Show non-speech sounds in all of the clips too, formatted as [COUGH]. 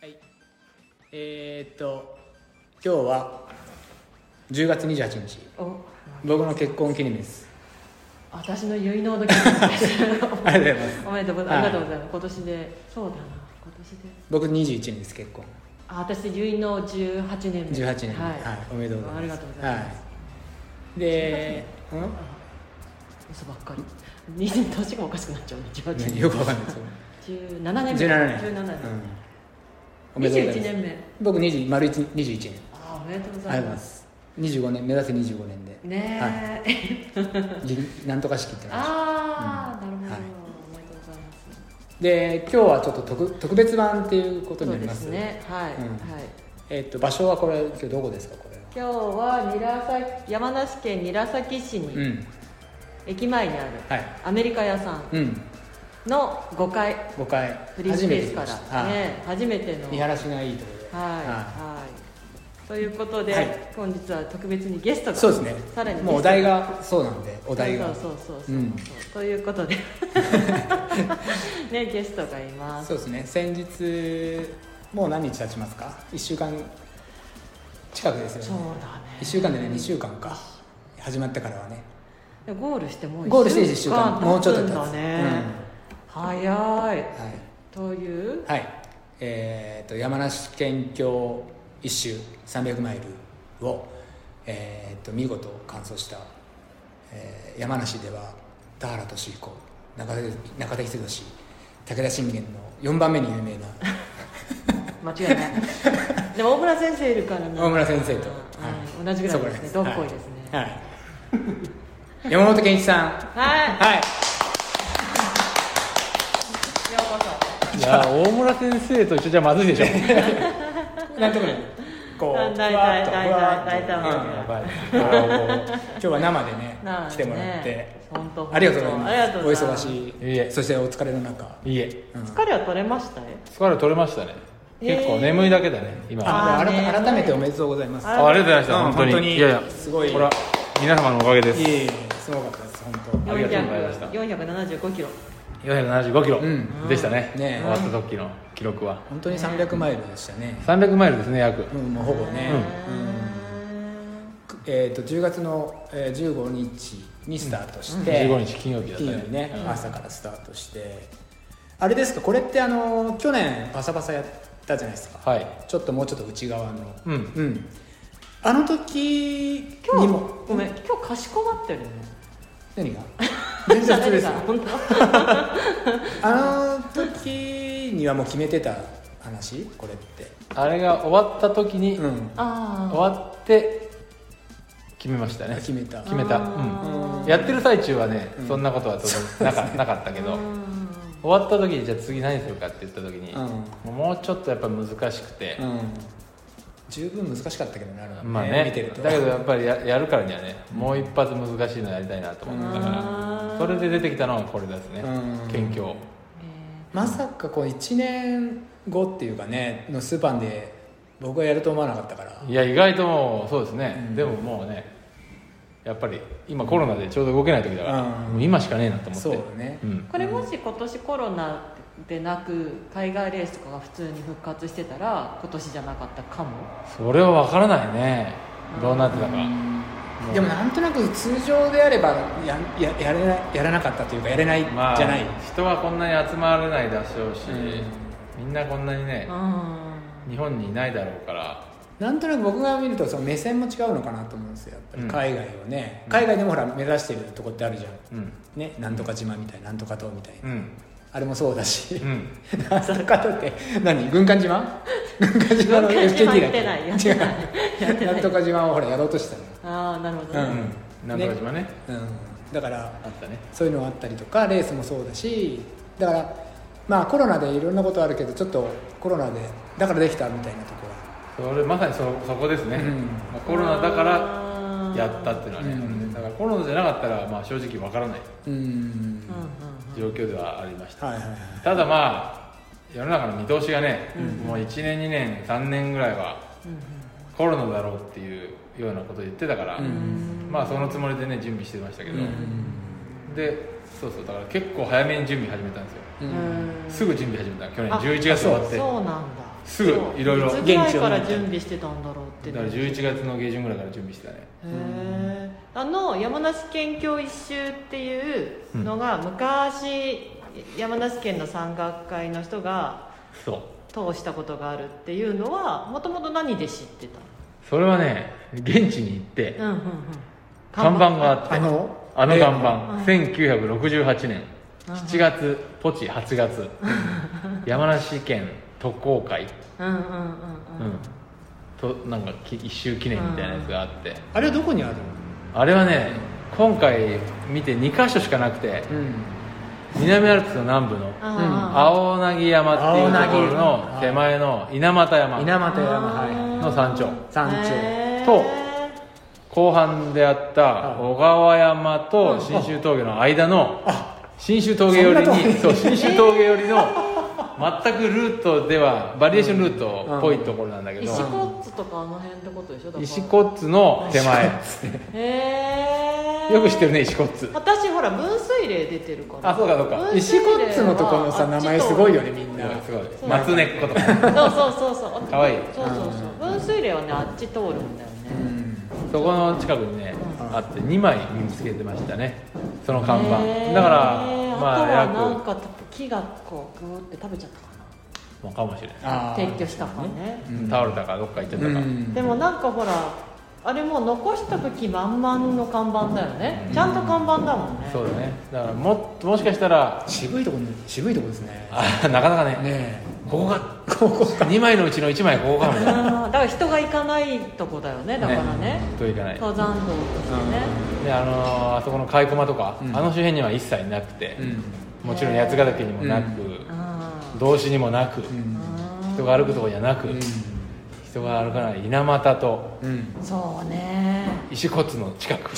はい、えーっと今日は10月28日お僕の結婚記念日です私の結納の記念ですありがとうございますおめでとうございますありがとうございます今年でそうだな今年で僕21年です結婚あ私結納18年目18年はい、おめでとうございますありがとうございます、はい、で、あ嘘ばっかり20年年がおかしくなっちゃうね18うん、年よくわかんないですよ17年目17年17うん、おめでとうございま21す年目僕20丸1 21年あおめでとありがとうごうござざいいまますす25年目指せ25年でねえ、ぎなんとか式ってなああ、なるほど、はいおめでとうございますで今日はちょっと特特別版っていうことになりますそうですねはい、うんはいえっと場所はこれ今日どこですかこれは今日は韮崎山梨県韮崎市に、うん駅前にあるはいアメリカ屋さんうんの5階5回フリースペースか初めて来ましらたはいね初めての見晴らしがいいところではいはいということで、はい本日は特別にゲストがそうですねさらにゲストもうお題がそうなんでお題がそうそうそうそう、うんというこ [LAUGHS] とでねゲストがいますそうですね先日もう何日経ちますか1週間近くですよそうねだね1週間でね2週間か始まってからはねでゴールしてもうゴールして一週間もうちょっと経経つつんだね、早いはいというはい、えー、と山梨県境一周300マイルを、えー、と見事完走した、えー山梨では田原俊彦中田中田秀俊武田信玄の4番目に有名 [LAUGHS] な間違い [LAUGHS] ないでも大村先生いるからね大村先生と、うん同じぐらいですねそどこっらこ辺いですはねい、はい [LAUGHS] 山本健一さんはい、はいようこいやー大村先生と一緒じゃまずいでしょやなんとなくこう大体ふわっと大体ふわっとう大体わかるんばい [LAUGHS] 今日は生でねそなあ来てもらって、ね本当ありがとうございありがますとうおございま忙すしいえいそしてお疲れの中、いいえうん疲れは取れましたね疲れ取れましたねへー結構眠いだけだね今あああー改めね改めておめでとうございますあありがとうございました、うん本当に本当にいやいやすごいほら皆様のおかげでいすえいえすごかったです本ありがとうございました475キロ475キロうんでしたね,、ねえ終わった時の記録は当本当に300マイルでしたね300マイルですね約うんもうほぼね、うんえっ、と10月のえー15日にスタートして、 15日金曜日だった金ね曜日ね、朝からスタートしてあれですかこれってあの去年パサパサやったじゃないですかはいちょっともうちょっと内側のうんうんあの時に今日もごめん今日かしこまってるね何 [LAUGHS] が全然普通ですよ喋りが本当あの時にはもう決めてた話これってあれが終わった時に、うんあ終わって決めましたね決めた決めたあーうんやってる最中はね、うんそんなことは当然なかなかったけど、終わった時にじゃあ次何するかって言った時に、うもうちょっとやっぱ難しくてう、ん十分難しかったけどねあれはまあね見てるとだけどやっぱりややるからにはねもう一発難しいのやりたいなと思ったから、それで出てきたのがこれですね、うん謙虚まさかこう1年後っていうかねのスーパーで僕はやると思わなかったからいや意外ともうそうですね、うんでももうねやっぱり今コロナでちょうど動けない時だから、うんもう今しかねえなと思ってそうだねうんこれもし今年コロナでなく海外レースとかが普通に復活してたら今年じゃなかったかもそれは分からないねどうなってたか、うでもなんとなく通常であればやややれなやらなかったというかやれないじまあゃない、人はこんなに集まれないだろうし、うんみんなこんなにね、うん日本にいないだろうからなんとなく僕が見るとその目線も違うのかなと思うんですよやっぱりうん海外をね、うん海外でもほら目指してるとこってあるじゃん、うんねなんとか島みたいななんとか島みたいな、うんあれもそうだし、うん [LAUGHS] なんとか島って何軍艦島軍艦島の軍艦島 FKT だっけやってないやってないやっ違てうないなんとか島をほらやろうとしたのああなるほどうね、んなんとか島ねうん、だからあったねそういうのがあったりとかレースもそうだしだからまあコロナでいろんなことあるけどちょっとコロナでだからできたみたいなとこそれまさにそそこですね、うんまあコロナだかららやったっていうのはね、うんだからコロナじゃなかったらまあ正直わからないろはうんうんうんうん状況ではありました、はいはいはいただまあ世の中の見通しがね、もう1年2年3年ぐらいはコロナだろうっていうようなことを言ってたから、うんまあそのつもりでね準備してましたけど、うんでそうそうだから結構早めに準備始めたんですよううんんうんすぐ準備始めた去年あ11月終わってそうなんだすすぐいろいろつだぐらいから準備してたんだろうってから11月の下旬ぐらいから準備してたねへーあの山梨県境一周っていうのが昔山梨県の山岳会の人がそう通したことがあるっていうのはもともと何で知ってそれはね現地に行ってたうんうんうん看板があってあのあの看うん板、1968年うん7月ポチ8月山梨県渡航会、うんうんうんううんん、となんかき一周記念みたいなやつがあって、あれはどこにあるのあれはね今回見て2箇所しかなくてうん南アルプスの南部のあ青凪山っていうところ青の凪手前の稲俣稲山俣山はいあの山頂山頂へーと後半であった小川山うとん信州峠の間のあ信州峠寄りそんなとこににそう信州峠寄りの全くルートではバリエーションルートっぽいところなんだけど石骨とかあの辺ってことでしょだから石骨の手前へえよく知ってるね石骨私ほら分水嶺出てるからあそうかそうか分水石嶺は骨のところのさあ名っちと前すごいよねみんなすごいそう松根っことかそうそうそうそう [LAUGHS] かわいいそうそうそう分水嶺はねあっち通るんだようねんそこの近くにねうんあって2枚見つけてましたねその看へ板ーだからまああとはなん約か木がこうグーって食べちゃったかまあかもしれないあなー撤去したかねうんタオルだかどっか行っちゃったうかんでもなんかほらあれもう残しとく気満々の看板だよねちゃんと看板だもんねそうだねだからもっともしかしたら渋いとこに渋いとこですねあなかなかねねここがここ2枚のうちの1枚こ [LAUGHS] こかみたいなあーだから人が行かないとこだよねだからねといかない登山道としてねであのーあそこの甲斐駒とか、うんあの周辺には一切なくてえ、うんもちろん八ヶ岳にもなく、あー道志にもなく、うん人が歩くとこじゃなく、人が歩かない稲俣とうんうん [LAUGHS] そうね石骨の近く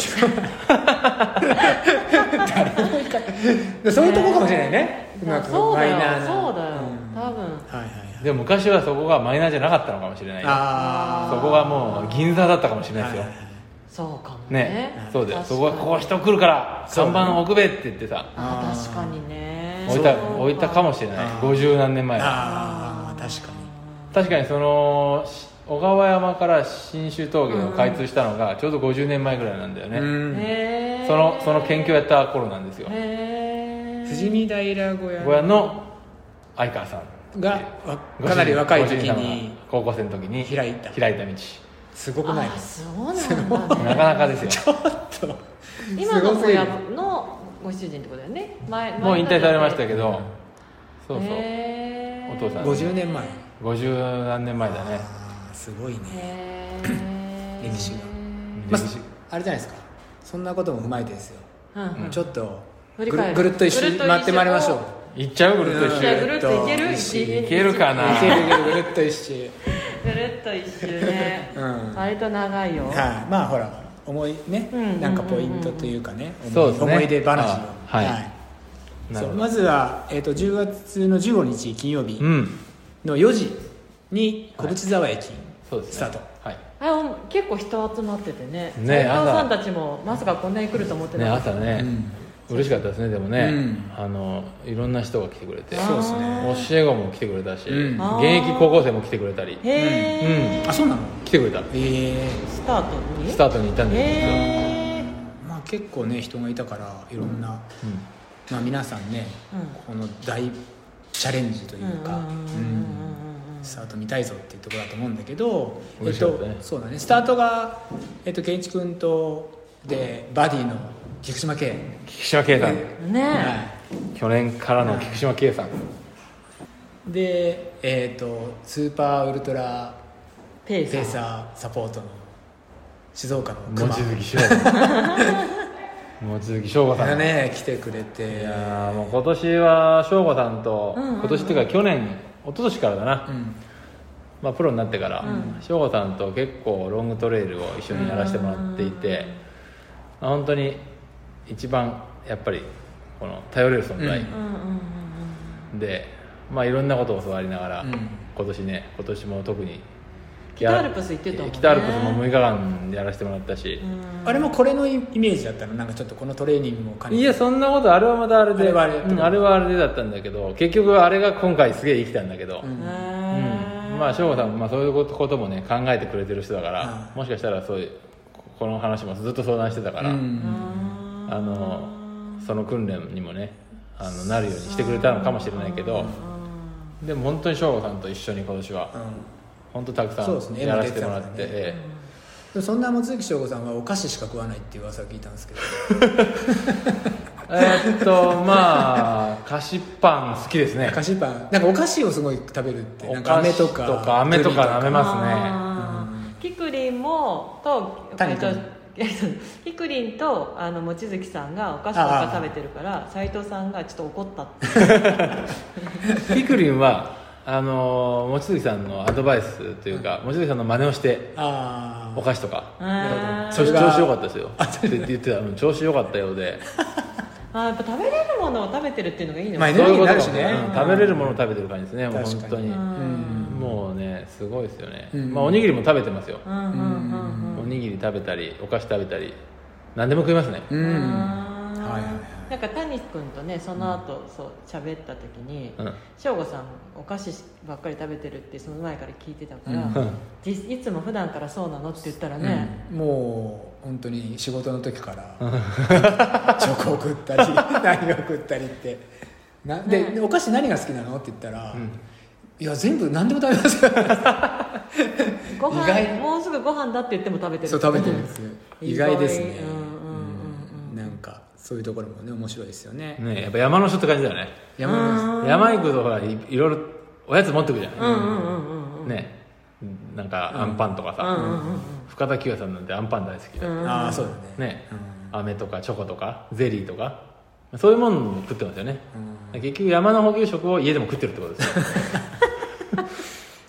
でそういうとこかもしれないねうまくそうだよマイナーなそうだよ、うん多分はいはいはいでも昔はそこがマイナーじゃなかったのかもしれないよあそこがもう銀座だったかもしれないですよ、はいはいはいそうかもねね、そうだよ確そかにこはここ人来るからそう看板置くべって言ってさあ確かにね置いたそう置いたかもしれないあー50何年前はああ確かに確かにそのし小川山から信州峠を開通したのがちょうど50年前ぐらいなんだよね、うんへーそのその研究をやった頃なんですよへー富士見平小小屋屋の相川さんがわかなり若い時に高校生の時に開いた開いた道すごくないあそうなん [LAUGHS] なだかねな [LAUGHS] かですよ今のすご小すぎる屋のご主人ってことだよね前もう引退されましたけどそうそうへーお父さん50年前50何年前だねあーすごいねへー歴史がままああれじゃないですかそんなことも踏まえてですようんうんちょっとぐ振りる返るぐるっと一ぐる周っと一周回ってまいりましょう行っちゃうぐるっと一じゃあ周ぐるっといける一周一いけるかいなけるいけるぐるっと一周ぐるっと一周 [LAUGHS] ね、うん割と長いよ、はいまあほら思いねうんうんうんうんなんかポイントというかねそ思ういですね思い出話のあはいそなうるほどまずはえーと10月の15日金曜日うんの4時に小淵沢駅そうですねスタートはいあ結構人集まっててねね斎藤さんたちもまさかこんなに来ると思ってねなかった朝ね、うん嬉しかったですねでもね、うんあのいろんな人が来てくれてそうですねあー教え子も来てくれたし、うん現役高校生も来てくれたりへえ、あそうなの来てくれたええスタートにスタートにいたんへですけど、えまあ結構ね人がいたからいろんなまあ皆さんねうこの大チャレンジというんうんうかうんスタート見たいぞっていうところだと思うんだけど、美味しかったねえっと、そうだねスタートが、えっと、健一君とでバディの菊島圭菊島圭さん、ねうんうんねえは去年からの菊島圭さん、い、で、えっとスーパーウルトラペペーーサーサーサポートの静岡の望熊月翔 [LAUGHS] 吾望月翔吾さんがね来てくれていやーもう今年は翔吾さんと、うんうんうん今年っていうか去年一昨年からだな、うん、まあ、プロになってからうん翔吾、さんと結構ロングトレイルを一緒にやらせてもらっていて、まあ本当に一番やっぱりこの頼れる存在うんうんうんうんで、まあ、いろんなことを教わりながら、うん今年ね今年も特に北アルプス行ってたもんね北アルプスも6日間やらせてもらったし、うんあれもこれのイメージだったのなんかちょっとこのトレーニングも兼ねていやそんなことあれはまたあれであれはあれうんあれはあれでだったんだけど結局あれが今回すげえ生きたんだけど、うんへうんーまあ省吾さんも、まあ、そういうこともね考えてくれてる人だから、はいもしかしたらそういうここの話もずっと相談してたから、うんあのその訓練にもねあのなるようにしてくれたのかもしれないけどでも本当に省吾さんと一緒に今年は本当たくさそうですんねやらせてもらって、絵も出てたからねえでもそんな望月翔吾さんはお菓子しか食わないっていう噂を聞いたんですけどええーっとまあ [LAUGHS] 菓子パン好きですね菓子パンなんかお菓子をすごい食べるってなんかお菓飴子ととかか飴とか舐めますあーキクリンもと谷君えっとキクリンとあの望月さんがお菓子とか食べてるから斉藤さんがちょっと怒ったってピクリンはあの望月さんのアドバイスというか望月さんの真似をしてあおあ菓子とかあ調そ子れが良かったですよって言ってたうん調子良かったようでーやっぱ食べれるものを食べてるっていうのがいいのまあかエなネルギーになるしそうねいうことかもうん食べれるものを食べてる感じですねもう確かに本当にうんもうねすごいですよねうんまあおにぎりも食べてますようんうんうんおにぎり食べたりお菓子食べたり何でも食いますねううんんあーはいはいはいなんか谷君とねその後そう喋った時にうん省吾さんお菓子ばっかり食べてるってその前から聞いてたから、うん実いつも普段からそうなのって言ったらうんね、もう本当に仕事の時から [LAUGHS] チョコを食ったり [LAUGHS] 何を食ったりってなでねでお菓子何が好きなのって言ったら、うんいや全部何でも食べますよご意飯外もうすぐご飯だって言っても食べてるそう食べてるんです意外ですねうんうんうんなんかそういうところもね面白いですよねねやっぱ山の人って感じだよね山うん山行くとほらいいろいろおやつ持ってくじゃうんうんんうんうんうんねなんかアンパンとかうんうんさ深田久也さんなんてアンパン大好きだうんうんああーそうだねね、飴とかチョコとかゼリーとかそういうものも食ってますよね、結局山の補給食を家でも食ってるってことですよ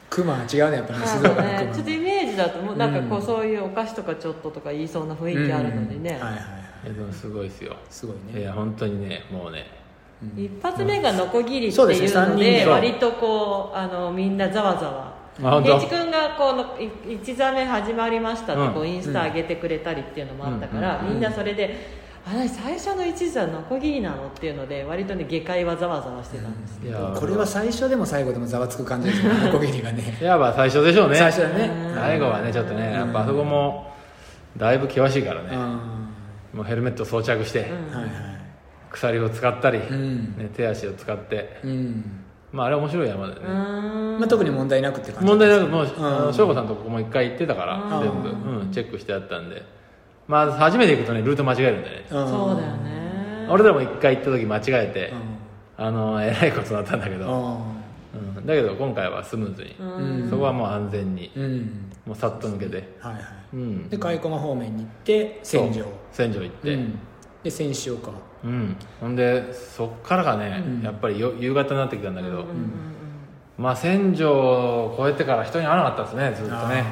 クマは違うねやっぱり静岡のクねマちょっとイメージだともうなんかこうそういうお菓子とかちょっととか言いそうな雰囲気あるのでうねん、はいはいはいいやでもすごいですよすごいいねや本当にねもうね一発目がノコギリってそうですねいうの三人でで割とこうあのみんなざわざわあ本平当地君がこのい「一座目始まりました」ってこううんインスタ上げてくれたりっていうのもあったから、うんうんみんなそれで「あれ最初の一座ノコギリなの?」っていうので割とね下界はざわざわしてたんですいやこれは最初でも最後でもざわつく感じです [LAUGHS] ね小切りがねいやまあ最初でしょうね最初だね最後はねちょっとねやっぱあそこもだいぶ険しいからうんね、もうヘルメット装着して、はいは鎖を使ったり、いうんね、手足を使ってうんまああれ面白い山だよね、まあ特に問題なくって感じ問題なくもううんあの省吾さんとここも一回行ってたからうん全部、うん、チェックしてあったんでまあ初めて行くとねルート間違えるんでねうんそうだよね俺らも一回行った時間違えて、うあのえらいことになったんだけど、んうん、だけど今回はスムーズに、うんそこはもう安全に、うんもうさっと抜けてはいはういんで蚕間方面に行ってそう戦場洗浄行っうてうん、んで戦勝かほんでそっからがね、うんやっぱりよ夕方になってきたんだけうど、んまあ洗浄を越えてから人に会わなかったですねずっとね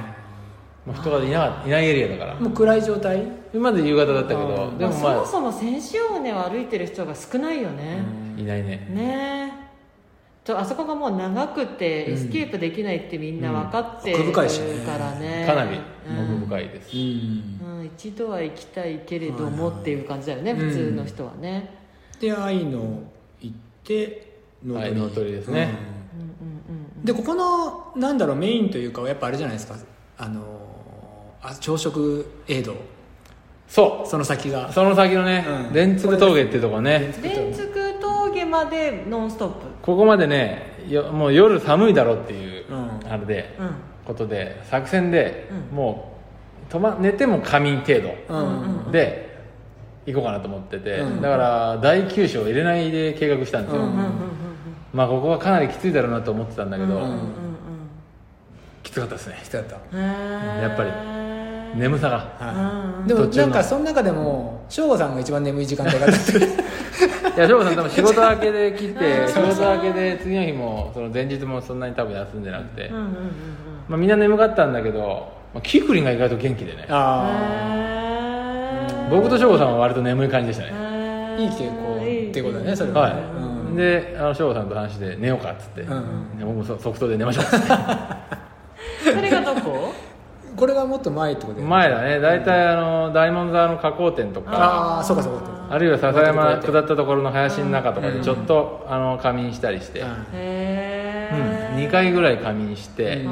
もう人がいなかいないエリアだからもう暗い状態今まで夕方だったけどうんでもままああ、そもそも先週をね歩いてる人が少ないよね、いないねねえとあそこがもう長くてうんエスケープできないってみんな分かってうるん奥深いしねからね,、かなりうん奥深いです、うんうん、一度は行きたいけれどはいはもいっていう感じだよね、うん普通の人はね、で愛の行ってはい農鳥ですねうんうんうんうん、でここのなんだろうメインというかやっぱあれじゃないですかあのーあ朝食エイドそその先がうその先のねうん連続峠っていうとこね連続峠までノンストッここまでねよもう夜寒いだろっていううんあれでプ、うんことで作戦でうんもうとま寝ても仮眠程う度んうんで行こうかなと思っててうんだから大急所を入れないで計画したんですうよんうんうんうんまあここはかなりきついだろうなと思ってたんだけうんうんどうんきつかったですね人だった、うんやっぱりり眠さがはうんい、でも途中のなんかその中でも省吾さんが一番眠い時間帯があった [LAUGHS] っていや、翔吾さん多分仕事明けで来うて、ん仕事明けで次の日も、その前日もそんなに多分休んでなくて、うんうんうんうんまあみんな眠かったんだけど、まあ、キクリンが意外と元気でね、あ僕と翔吾さんは割と眠い感じでしたね。ああいい傾向ってことだねそれは、はねい。で、あの翔吾さんと話して寝ようかっつって、でうんうん僕もそ即答で寝ましょうっつっそれがどこうんこれがもっと前ってことて。だよね [LAUGHS] 前だね、大体あの、大門沢の河口店とか、ああそうかそうかあるいは笹山下ったところの林の中とかでちょっと、あの仮眠したりして、うんへうんえ、 2回ぐらい仮眠して、うんあ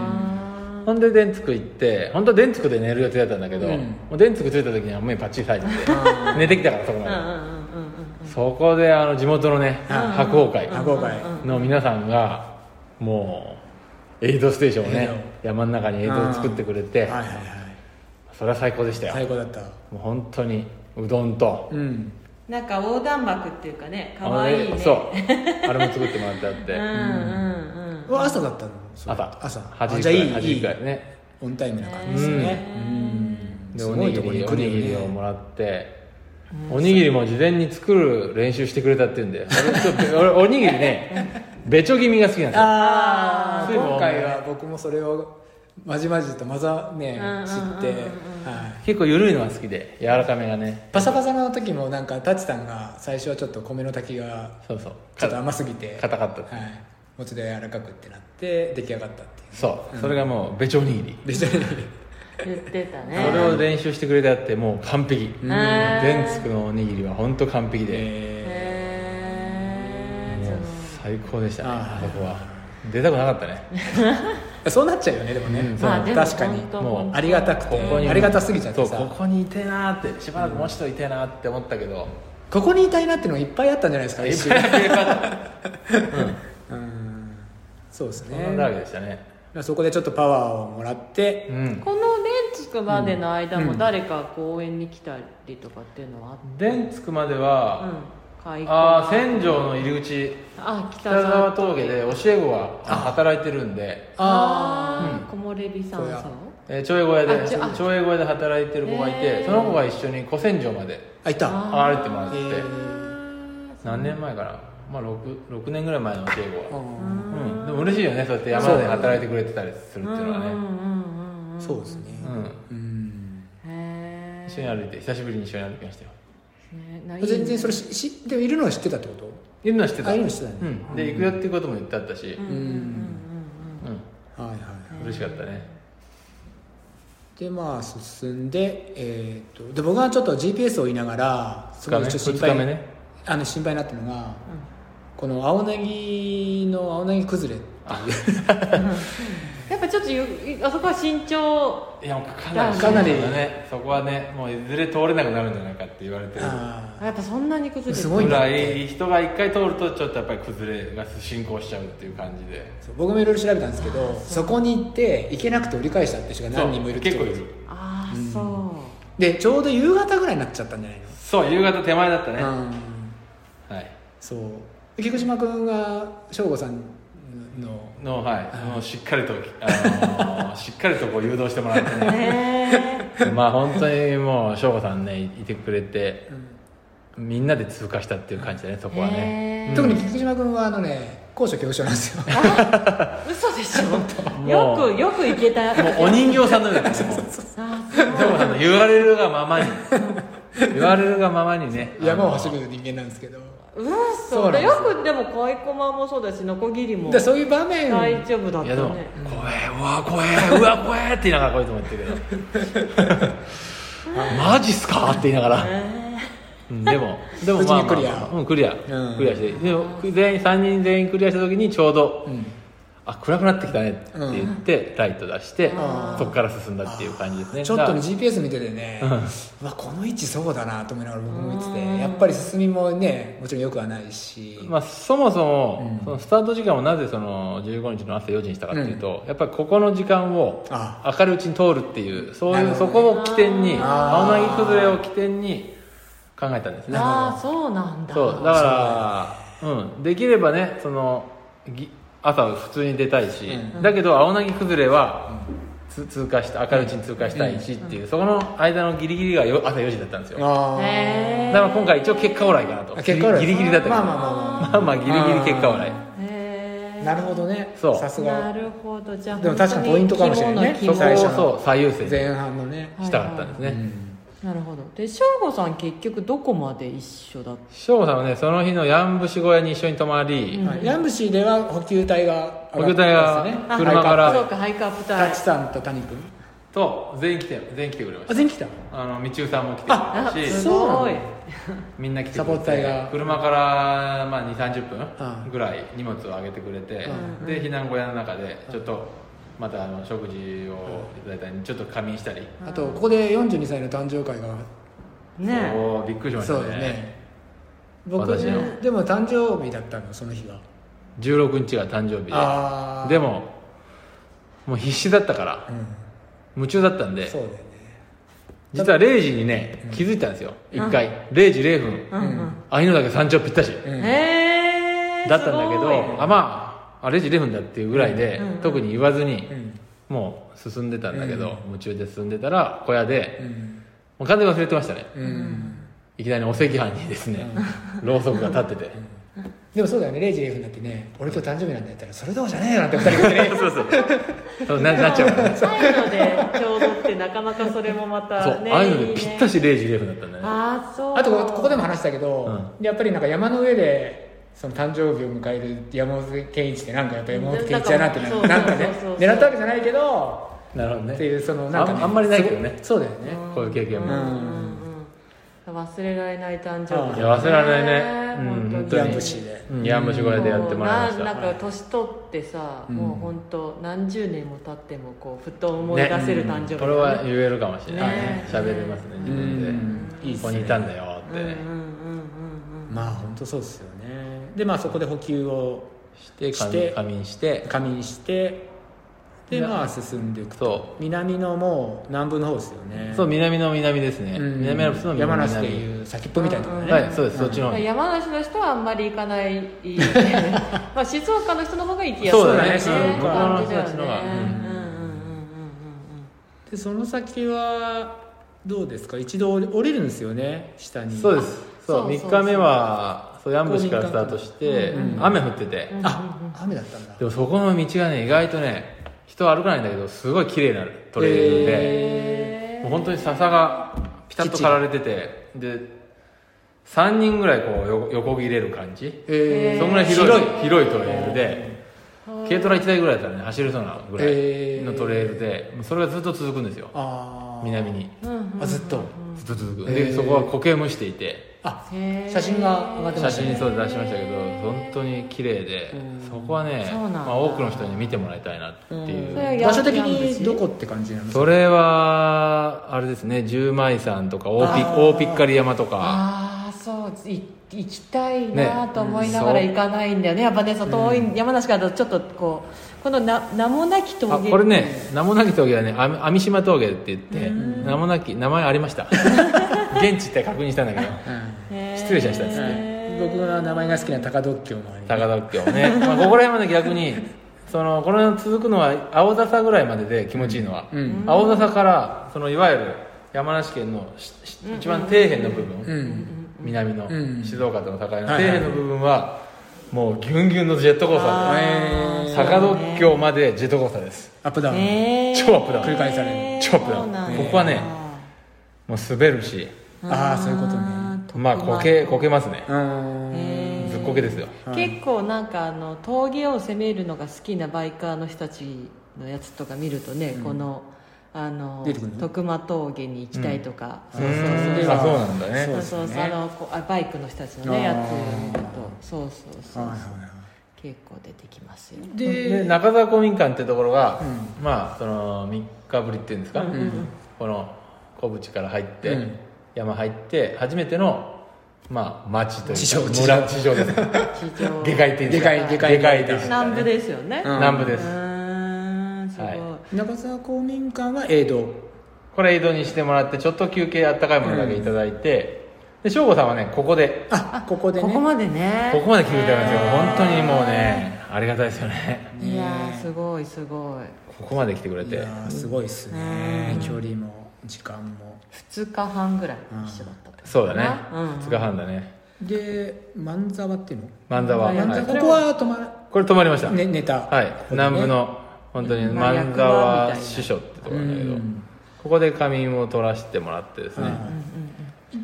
ほんで電竺行って本当は電竺で寝る予定だったんだけど、うんもう電竺着いた時には目パッチリ咲いててあ寝てきたからそこーまうで、んうんうんうんうんそこであの地元のねうん白鵬会落語会の皆さんがもうエイドステーションをエイねド山の中にエイドを作ってくれはていはいはいそれは最高でしたよ最高だったもう本当にうどんとうんなんか横断幕っていうかねあの可ね愛いね [LAUGHS] そうあれも作ってもらってあって、うんうんうんうわ朝だったのそれ朝朝8時あくじゃらあいいいい8時いくらいねオンタイムな感じですよねうんですおごにいぎとこりにお来にぎるりよをもねらって、おにぎりも事前に作る練習してくれたって言うんで俺ちょっと俺おにぎりねべちょ気味が好きなんですよああ水分多め今回は僕もそれをまじまじとまざね知ってはい結構緩いのが好きで柔らかめがねパサパサの時もなんかタチさんが最初はちょっと米の炊きがそうそうちょっとか甘すぎて硬かったはいもうちょっと柔らかくってなって出来上がったっていうそう、それがもうべちょおにぎりでしたね言ってたねそれを練習してくれてあってもう完璧うん全つくのおにぎりは本当完璧で、えへーもう最高でしたねああーそこは出たくなかったねーそうなっちゃうよねでもねうんまあでも確かに本当もう本当ありがたくこてこにありがたすぎちゃってそうさここにいてえなーってしばらくもう一人いてえなーって思ったけど、ここにいたいなってのがいっぱいあったんじゃないですかい一っ瞬ぱいありがとううんうんそうですそんなわけねでし [LAUGHS] たねそこでちょっとパワーをもらってうんこの電池くまでの間うもん誰か公園に来たりとかっていうのはあっ電着くまでた、うんは、、開口ああ千条の入り口あ北北沢沢峠で教え子があ働いてるんであうんあ木漏れ日さんさんえー町営小屋あでちょあ町営小屋で働いてる子がいへてーその子が一緒に古戦場まであいた歩いてもらっへてー何年前かな、まあ、6, 6年ぐらい前の教え子うは、んうん、でも嬉しいよねそうやって山で働いてくれてたりするっていうのはうんね、うんうんうんそうですねうん、うんへ一緒に歩いて久しぶりに一緒に歩きましたよえ全然それししでもいるのは知ってたってこといるのは知ってたあいるのは知ってたねうん、で行くよっていうことも言ってあったしうん、うんうんうん、はいはい嬉しかったねでまあ進んで,、えー、とで僕はちょっと GPS を言いながらす2日目ちょっと2日目ねあの心配になったのがうんうんこの青ネギの青ネギ崩れやっぱちょっとゆあそこは慎重いやもうかなりかなりそうだねそこはねもういずれ通れなくなるんじゃないかって言われてるあやっぱそんなに崩れてすごいぐんだっらてい人が1回通るとちょっとやっぱり崩れが進行しちゃうっていう感じでーそう僕もいろいろ調べたんですけどそこに行って行けなくて折り返したって人が何人もいるってそうこ結と構いるああそう、でちょうど夕方ぐらいになっちゃったんじゃないそう夕方手前だったね、の、はうんいそうで菊島君が省吾さんののはいもうしっかりと、あのーしっかりとこう誘導してもらって [LAUGHS] ねねまあ本当にもう省吾さんねいてくれてみんなで通過したっていう感じだねそこはへね、ーうん特に菊島君はあのね高所恐怖症なん [LAUGHS] ですよえ嘘でしょよもうくよくいけたもうお人形さんのようだったねもうあーそうでもあの言われるがままに言われるがままにね山を走あのる人間なんですけどそ嘘うなんでですよよくでもカイコマもそうだしノコギリもでそういう場面大丈夫だっいたやでもね怖えうわ怖えうわ [LAUGHS] 怖えって言いながらこういうとも言ってるけど [LAUGHS] マジっすかって言いながらえうん [LAUGHS] でもでもま無事あ、にクリアまあうん、クリア、うんクリアしてでも全員3人全員クリアした時にちょうど、うんあ暗くなってきたねって言って、ライト出して、そこから進んだっていう感じですねちょっとねだ GPS 見ててね、うわこの位置そうだなと思いながら僕も見ててやっぱり進みもねもちろんよくはないし、まあ、そもそも、そのスタート時間をなぜその15日の朝4時にしたかっていうと、やっぱりここの時間をあ明るいうちに通るっていうそういう、なるほそどねこを起点にあ青ーなぎ崩れを起点に考えたんですねああそうなんだそうだからう、ん、できればねそのぎ朝は普通に出たいし、うだけど青なぎ崩れは、つ通過した明るいうちに通過したいしっていう、そこの間のギリギリがよ朝4時だったんですよあーへえだから今回一応結果オーライかなとあ結果オーライギリギリだったけどまあまあまあままあまあギリギリ結果オーライへえなるほどねそうさすながるほどじゃあでも確かポイントかもしれないね本当そ最に肝の肝こ初をのそう最優先に前半のねしたかったんですね、なるほどで省吾さん結局どこまで一緒だっ省吾さんはねその日のやんぶし小屋に一緒に泊まり、はいヤンブシーでは補給隊が補給隊が上ってます車からあそうかハイカー部タ隊チさんと谷君あと全員来て全員来てくれまあした全員来たあの道夫さんも来てくれあたしすそうなのごいみんな来てくサれてポーターが車から、まあ、2 3 0うん分ぐらい荷物を上げてくれて、うで避難小屋の中でちょっとまたあの食事をいただいたりちょっと仮眠したり、あとここで42歳の誕生会がねえおーびっくりしましそたうねだね僕私のでも誕生日だったのその日が16日が誕生日でああでも、ももう必死だったからうん、夢中だったんでそうだよね実は0時にね気づいたんですようん1回0時0分うんうんあいのだけ山頂ぴったしうんへえだったんだけすどごいあまああ0時0分だっていうぐらいでうんうん特に言わずにうんもう進んでたんだけどうん夢中で進んでたら小屋でうんもう完全に忘れてましたねうんいきなりお赤飯にですねろうそくが立っててでもそうだよね0時0分になってね俺今日誕生日なんだやったらそれどうじゃねえよなんて二人がねそうそうそうななっちゃう [LAUGHS] からねないのでちょうどってなかなかそれもまそたうねああいうのでぴったしし0時0分だったんだねああそうあとこここでも話したけど、うやっぱりなんか山の上でその誕生日を迎える山本健一ってなんかやっぱ山本健一だなってななんかなんかねそうそうそうそう狙ったわけじゃないけどなるほどっていうそのなんか、ね、あんあんまりないけどねそうそうだよね、こういう経験もんうんうん忘れられない誕生日いや忘れられないねねうん本本当に当にヤンブシーで、うんヤンブシ小屋でやってもらいましたもうななんか年取ってさ、うんもう本当何十年も経ってもこうふと思い出せる誕生日、これは言えるかもしれないねね喋、れますね自う分んで、いいっすねここにいたんだよっうんうんうんうんてうんまあ本当そうですよねでまあそこで補給をしてし仮て眠仮眠して仮眠してでまあ進んでいくそと南のもう南部の方ですよねそう南の南ですね、うん南アルプスの南山梨っていう先っぽみたいなところね、はいそうです、そっちの方に山梨の人はあんまり行かないまあ静岡の人の方が行きやすいそうだうんね感じだよね向こうの人たちの方がううんんうんうんでその先はどうですか一度降りるんですよね下にそうですそそううそうそう3日目はそうヤンブシからスタートして、うん雨降ってて、うんうんうんうんあ雨だったんだでもそこの道がね意外とね人は歩かないんだけどすごい綺麗なトレーニングで、へーもう本当に笹がピタッと刈られててで3人ぐらいこうよ横切れる感じえそんぐらい広い広いトレールでうん軽トラ1台ぐらいだったらね走れそうなぐらへいーのトレールでもうそれがずっと続くんですよああ南にうんうんうんあずっとずっと続くへでーそこは苔むしていてあへー写真が上がってまし写た真ねそうで出しましたけど本当に綺麗でうんそこはねそうなんだまあ多くの人に見てもらいたいなってういんそれはうや場所的にどこって感じなのそれはあれですね十枚山とか大ピあー大ピッカリ山とかああそうい行きたいなねと思いながらうん行かないんだよねやっぱねその遠い山梨からだとちょっとこうこのな名もなきあ峠これね名もなき峠はねあみ網島峠って言ってうん名もなき名前ありました現地って確認したんだけどうん失礼しましたですはい僕が名前が好きな高ドッキョもあり高田家をね、まあ、ここら辺まで逆にそのこの続くのは青笹ぐらいまでで気持ちいいのは、うん青笹からそのいわゆる山梨県のしし一番底辺の部分、うん南の、うん静岡との境の底はいはい辺の部分はもうギュンギュンのジェットコースターであー坂戸峡までジェットコースターですアップダウン、えー超アップダウン繰り返される超アップダウンそうなんだここはねもう滑るしああそういうことねーまあこけこけますねうーんへーずっこけですよはい結構なんかあの峠を攻めるのが好きなバイカーの人たちのやつとか見るとね、このあの出てくるの徳間峠に行きたいとか、うそうそうそうでんはあそうなんだねそうそうでそうすそねうあのこうあバイクの人たちのあーねやつを見るとそうそうそう、はいはいはい結構出てきますよで中沢公民館ってところが、まあその3日ぶりっていうんですか、この小淵から入って、うん山入って初めてのまあ町というか地上地上村地上ですね地上下界天使下界下界下界天使南部ですよね、うん南部うです、ーんすごい、は中沢公民館は江戸これ江戸にしてもらってちょっと休憩あったかいものだけいただいて、で省吾さんはねここであここでねここまでねここまで休憩あるんですねよ本当にもうねありがたいですよねいやーすごいすごいここまで来てくれいてやーすごいっすね、うん距離も時間も2日半ぐらい一緒だったとそうだねうん2日半だねで万沢っていうの万座は、万万は座いここは泊まこれ泊まりました、ら、ね、ネタはい、ここでね南部の本当にうん万沢師匠ってとこうろなんだけど、んここで仮眠を取らせてもらってですね、はい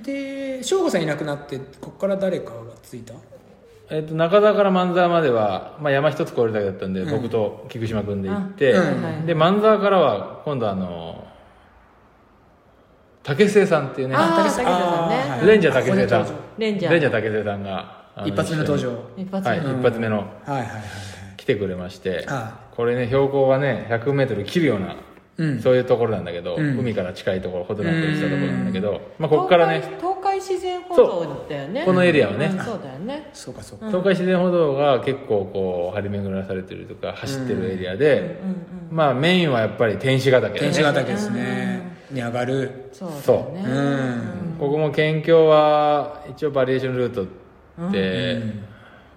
で省吾さんいなくなってここから誰かがついたえっと中沢から万沢までは、まあ、山一つ越えるだけだったんで、僕と菊島君で行って、うんはいはいで万沢からは今度あの竹末さんっていうねあ竹ー竹下下さんねあーはいレンジャー竹末さんここでレンジャーレンジャー竹末さんがあの一発目の登場一一緒に発は目、い、うん一発目のはいはいはいはい来てくれましてはこれね標高がね 100m 切るよううな、んそういうところなんだけど、うん海から近いところほとんど落ちたところなんだけど、まあ、ここからね東海東海自然歩道だよねそうこのエリアはねうんそうだよねそうかそうか東海自然歩道が結構こう張り巡らされてるとか走ってるエリアで、うんうんまあメインはやっぱり天使ヶ岳だ天ね使ヶ岳ですねに上がるそうだそうよねうんここも県境は一応バリエーションルートって、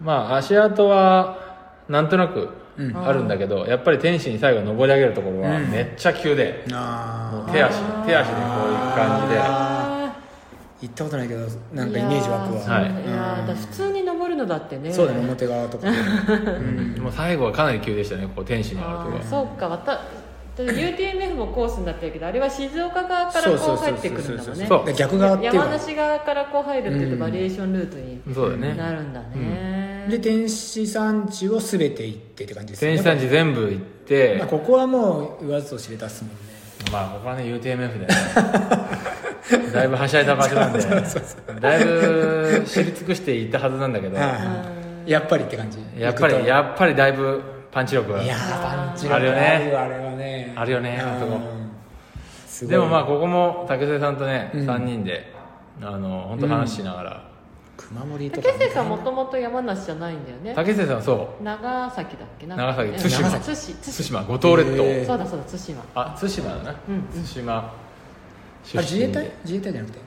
まあ足跡はなんとなくあるんだけど、やっぱり天使に最後登り上げるところはめっちゃ急で、もあう手足手足でこういう感じであー行ったことないけどーなんかイメージ湧くわいやはいーいやーだ普通に登るのだってねそうだね表側とかでもう最後はかなり急でしたねここ天使に上があるとーこそうかわた UTMF もコースになってるけどあれは静岡側かそらうこそううそう入ってくるんだもんねそうで逆側っていう山か梨側からこう入るっていうとバリエーションルートにろそうだね、なるんだね、で天使山地を全て行ってって感じですね天使山地全部行って、まあここはもう言わずと知れたっすもんねまあここはね UTMF でね [LAUGHS] だいぶはしゃいだ場所なんでだいぶ知り尽くして行ったはずなんだけどはいやはいやっぱりって感じっぱ行くりとやっぱりだいぶパンチ力がいやーパンチあるよねあよあれはねあるよねうんあそこすごいでもまあここも竹末さんとね、3人であの本当話しながら、熊森とか竹瀬さんもともと山梨じゃないんだよね竹末さんはそう長崎だっけな長崎うん対馬対対馬馬五島列島、へーそうだそうだ [LAUGHS] 対馬あ対馬だな、うんうん対馬出あ身自衛で隊自衛隊じゃなくて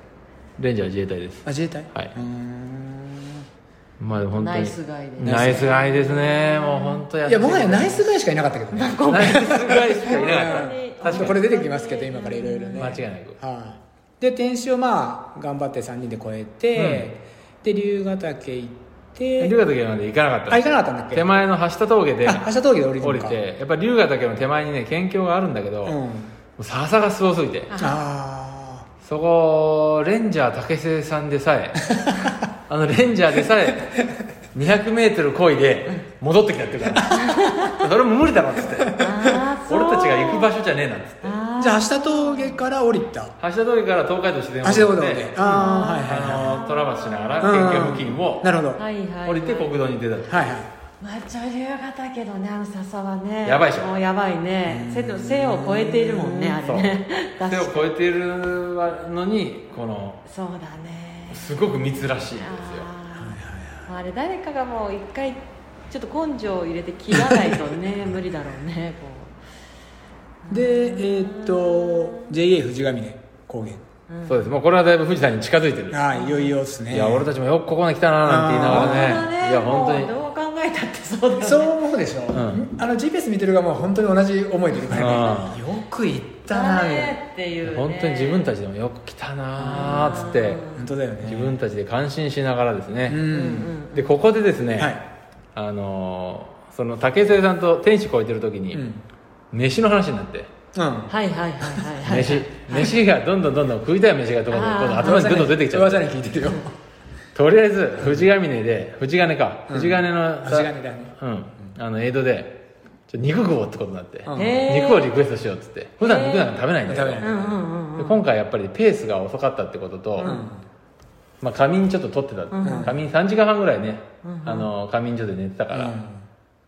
レンジャー自衛隊ですあ自衛隊はいうーんまあ本当にナイスガイでねナイスガイですねもう本当やっいてやるもはやナイスガイしかいなかったけどねナイスガイしかいなかっうんた確かにこれ出てきますけど今からいろいろね間違いなくはい、で天使をまあ頑張って3人で越えて、で龍ヶ岳行って龍ヶ岳まで行かなかったあ行かなかったんだっけ手前の橋田峠であ橋田峠で降りるの降かりてやっぱ龍ヶ岳の手前にね県境があるんだけど、うもんう笹がすごすぎてあそこレンジャー竹瀬さんでさ [LAUGHS] えあのレンジャーでさえ 200m 漕いで戻ってきたって言うからそれも無理だろっつってあーそう俺たちが行く場所じゃねえなっつってああじゃあ橋田峠から降りた橋田峠から東海道自然橋田を峠ででああはいはいあのトラバスしながらうん県境付近をなるほどーはいはい降りて国道に出たはいはいまあ女流型けどねあの笹はねやばいでしょもうやばいね背と背を超えているもんねあれねそう手を確か超えているのにこのそうだねすごく密らしいんですよあーあれ誰かがもう一回ちょっと根性を入れて切らないと [LAUGHS] ね無理だろうねこでえーっと JA 富士ヶ峰高原そうですもうこれはだいぶ富士山に近づいてる、ああいよいよっすねいや俺たちもよくここまで来たななんて言いなうがらねいや本当にもうどう考えたってそうだねそう思うでしょ、んあの GPS 見てるがもう本当に同じ思いでいるからねよく行ったなだみたいなねっていうね本当に自分たちでもよく来たなーっつって本当だよね自分たちで感心しながらですうね、んでここでですね、はいあのーその竹末さんと天使超えてる時に、うん飯の話になってうんはいはいはいはいはい飯飯がどんどんどんどん食いたい飯がどんどんあー今度頭にどんどん出てきちゃう噂に聞いてるよとりあえず富士ヶ峰で富士ヶ根か富士ヶ根の富士ヶ根だねうんあの江戸でちょ肉食おうってことになってうんへー肉をリクエストしようっつって普段肉なんか食べないんだけどへー食べうなんいうんうんで今回やっぱりペースが遅かったってことと、まあ、仮眠ちょっと取ってた、仮眠3時間半ぐらいね、あの仮眠所で寝てたから、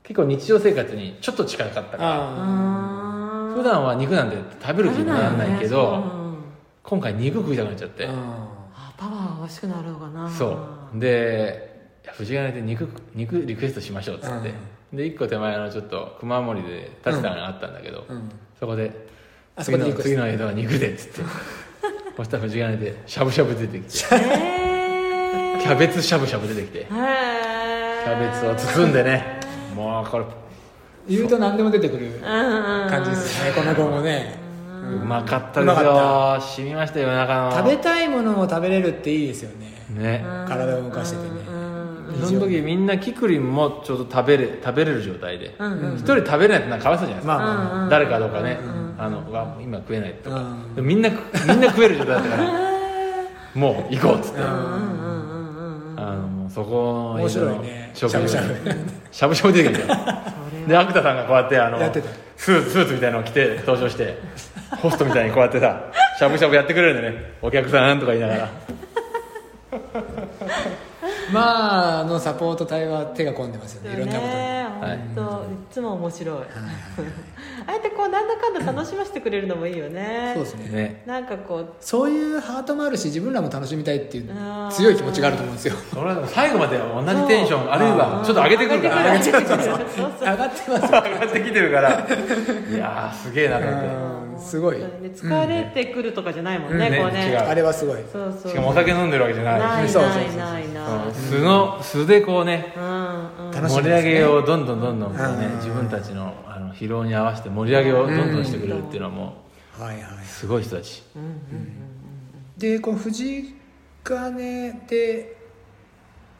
結構日常生活にちょっと近かったから、ああ普段は肉なんて食べる気にならないけあど今回肉食いたくなっちゃって、あパワーが欲しくなろうかなそうでいや藤ヶ谷で肉肉リクエストしましょうっつって、で1個手前のちょっと熊森で立ちたのがあったんだけど、んそこであそ次こでのリクエスト次の江戸は肉でっつってそしたら藤ヶ谷でしゃぶしゃぶ出てき [LAUGHS] てへえキャベツしゃぶしゃぶ出てきてへえキャベツを包んでねもうこれ言うと何でも出てくるうんうんうん感じですねこの子もねうまかったうでまかすったよ染みましたよ夜中食のべたいものを食べれるっていいですよねね体を動かしててねその時みんなキクリンもちょうど食べれ食べれる状態で一人食べれないってなんかかわいそうじゃないですまあかまあ誰かどうかねあのうわ今食えないとかうんでもみんなみんな食える状態だったから [LAUGHS] もう行こうっつってあのもうそこの面白いね食事をしゃぶしゃしゃぶしゃぶ出て [LAUGHS] きたで芥田さんがこうやってあのやってたスーツスーツみたいなのを着て登場してホストみたいにこうやってさしゃぶしゃぶやってくれるんでねお客さんとか言いながらまああのサポート隊は手が込んでますよねいろんなことに、ね本当、い、つも面白い、 [LAUGHS] ああやってこうなんだかんだ楽しませてくれるのもいいよね、そうですねねなんかこうそういうハートもあるし自分らも楽しみたいっていうあー強い気持ちがあると思うんですよそれは最後まで同じテンションあるいはちょっと上げてくるから上げてくる上げてくるそうそう上がってますよ上がってきてるからいやーすげえなと思ってうんすごい本当にね疲れてくるとかじゃないもんね、うんこうねね違うあれはすごいそうそうしかもお酒飲んでるわけじゃないないそうそうなそういないない、うん素の素でこうねうんうん楽し盛みでり上すねげをどんどんどんどんこうねうん自分たちのあの疲労に合わせて盛り上げをどんどんしてくれるっていうのはもはいはいうすごい人たちでこの藤井金で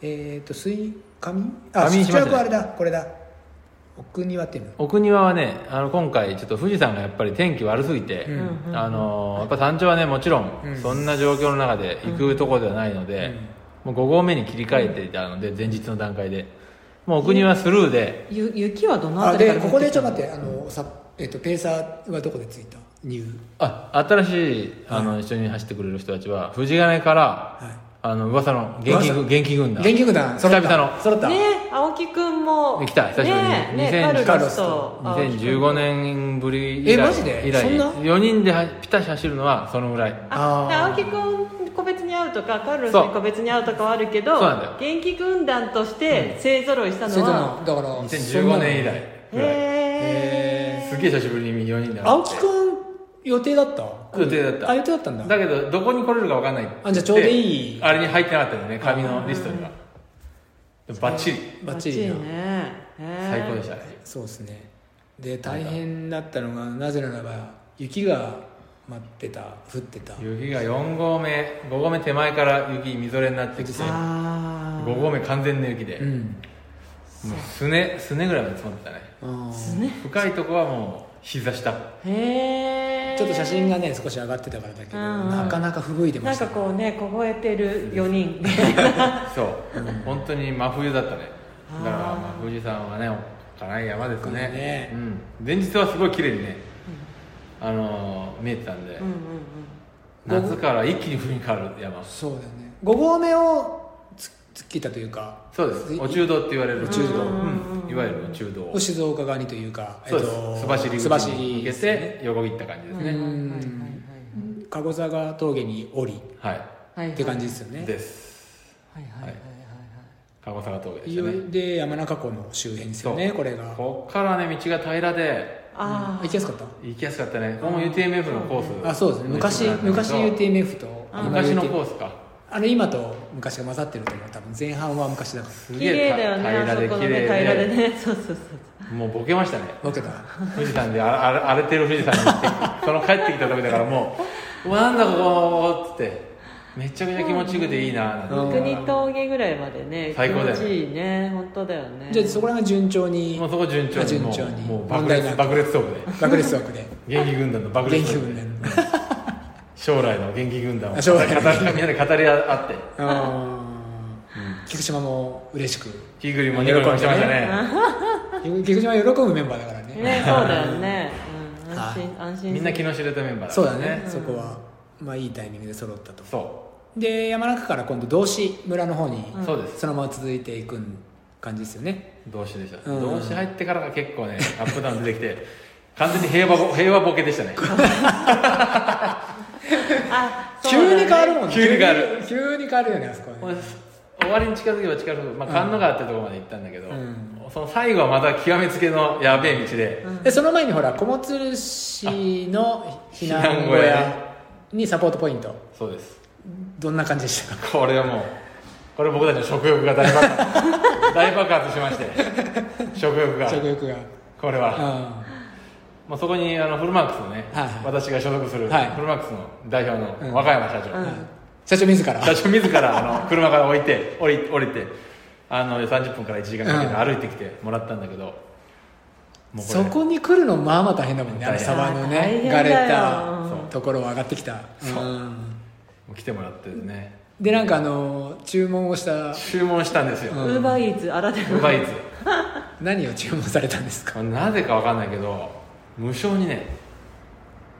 えっ、と水上あ上主にしましたね役はあれだこれだ奥庭っていうの奥庭はねあの今回ちょっと富士山がやっぱり天気悪すぎて、んあのやっぱ山頂はねもちろうんんそんな状況の中で行くとこではないので、もう5合目に切り替えていたので前日の段階でもう奥庭スルーでゆ雪はどのあ辺りでからここでちょっ降とって待ってあのさ、えっとペーサーはどこでついたニューあ新しいあの一緒に走ってくれる人たちは富士金から、いあの噂の元気噂軍元気軍団元気軍団揃った久々の揃った、きたね青木くんも来た久しぶりにねね2000カルロスと青木くん2015年ぶり以来えマジで以来そんな4人ではピタシ走るのはそのぐらいあであー青木君個別に会うとかカルロスに個別に会うとかはあるけどそうなんだよ元気軍団として勢ぞろいしたそれのとは、もだから2015年以来ぐらいへすげえ久しぶりに4人で会っ青木くん予定だった予定だったあ予定だったんだだけどどこに来れるか分かんないってあじゃあちょうどいいあれに入ってなかったんだよね紙のリストにはでもバッチリえバッチリなねへー最高でしたねそうですねで大変だったのがなぜならば雪が待ってた降ってた雪が4合目5合目手前から雪みぞれになってきて5あ合目完全な雪でうもんうすねすねぐらいまで積もってたねああーすね深いとこはもう膝下へえちょっと写真がね少し上がってたからだけどうんうんなかなか吹雪いてまなんしたかこうね凍えてる4人 [LAUGHS] そう、本当に真冬だったねあーだからまあ富士山はねおっかない山ですねねうん、前日はすごい綺麗にね、あのー見えてたんで、うんうん夏から一気に冬に変わる山そうだよね5合目をつ突っ切ったというかそうですお中道って言われるお中道うん、いわゆるお中道静岡側にというかそうです須走り須口走にり向けて横切った感じですうんうんね、はいはい籠坂峠に降りはいはいはいはいって感じですよねですはいはいはいはい鹿児島峠でいしたよねいで山中湖の周辺ですよねそうこれがこっからね道が平らであ行あきやすかった行きやすかったねここも UTMF のコースあそうですね昔なんだけど昔 UTMF と今昔の UTMF コースかあの今と昔が混ざってると思う多分前半は昔だからす綺げえ麗だよね平あらそでこの綺ね麗平らででね [LAUGHS] そうそうそうもうボケ [LAUGHS] ましたね僕が富士山でああ荒れてる富士山に行ってその帰ってきた時だからもう「う [LAUGHS] わなんだここ」っつってめちゃくちゃ気持ちよくていいなうなんんて国峠ぐらいまでね最高だよね気持ちいいね本当だよねじゃあ [LAUGHS] そこら辺順調にもうそこ順調にも順調にうもう問爆題な裂く爆裂トークで爆裂枠で元気軍団の爆元裂気トー分クでで将来の元気軍団をあ将来の元気語りみんなで語り合ってあー菊島も嬉しくひぐりもニコニコしてましたね菊島は喜ぶメンバーだからねねそうだよね、うん、安はい心安心みんな気の知れたメンバーそうっただねそこはまあいいタイミングで揃ったとそで山中から今度道志村の方にうそうですそのまま続いていく感じですよね動詞でしたうん動詞入ってからが結構ね [LAUGHS] アップダウン出てきて完全に平和ボ平和ボケでし [LAUGHS] たねあそうだね急に変わるもんね急に変わる急に変わるよねあそこはね終わりに近づけば近づく、まあ、神野川ってところまで行ったんだけど、うんその最後はまた極めつけのやべえ道で、でその前にほら小松市の避難小避難小屋屋ねにサポートポイントそうですどんな感じでしたかこれはもうこれ僕たちの食欲が大 [LAUGHS] 爆発大爆発しまして食欲が食欲がこれは、まあ、そこにあのフルマックスのね、はいはい私が所属する、はいフルマックスの代表うんの若山社長、うんうん社長自ら社長自らあの車から降りて降り降りてあの30分から1時間かけて歩いてきてもらったんだけど、もうそこに来るのまあまあ大変だもんねあの大変沢の大ね変がだれよそたうところを上がってきたうんもう来てもらってねでなんかあの注文をした注文したんですよ、うウんーバーイーツあらでうまいつ何を注文されたんですかなぜかわかんないけど無償にね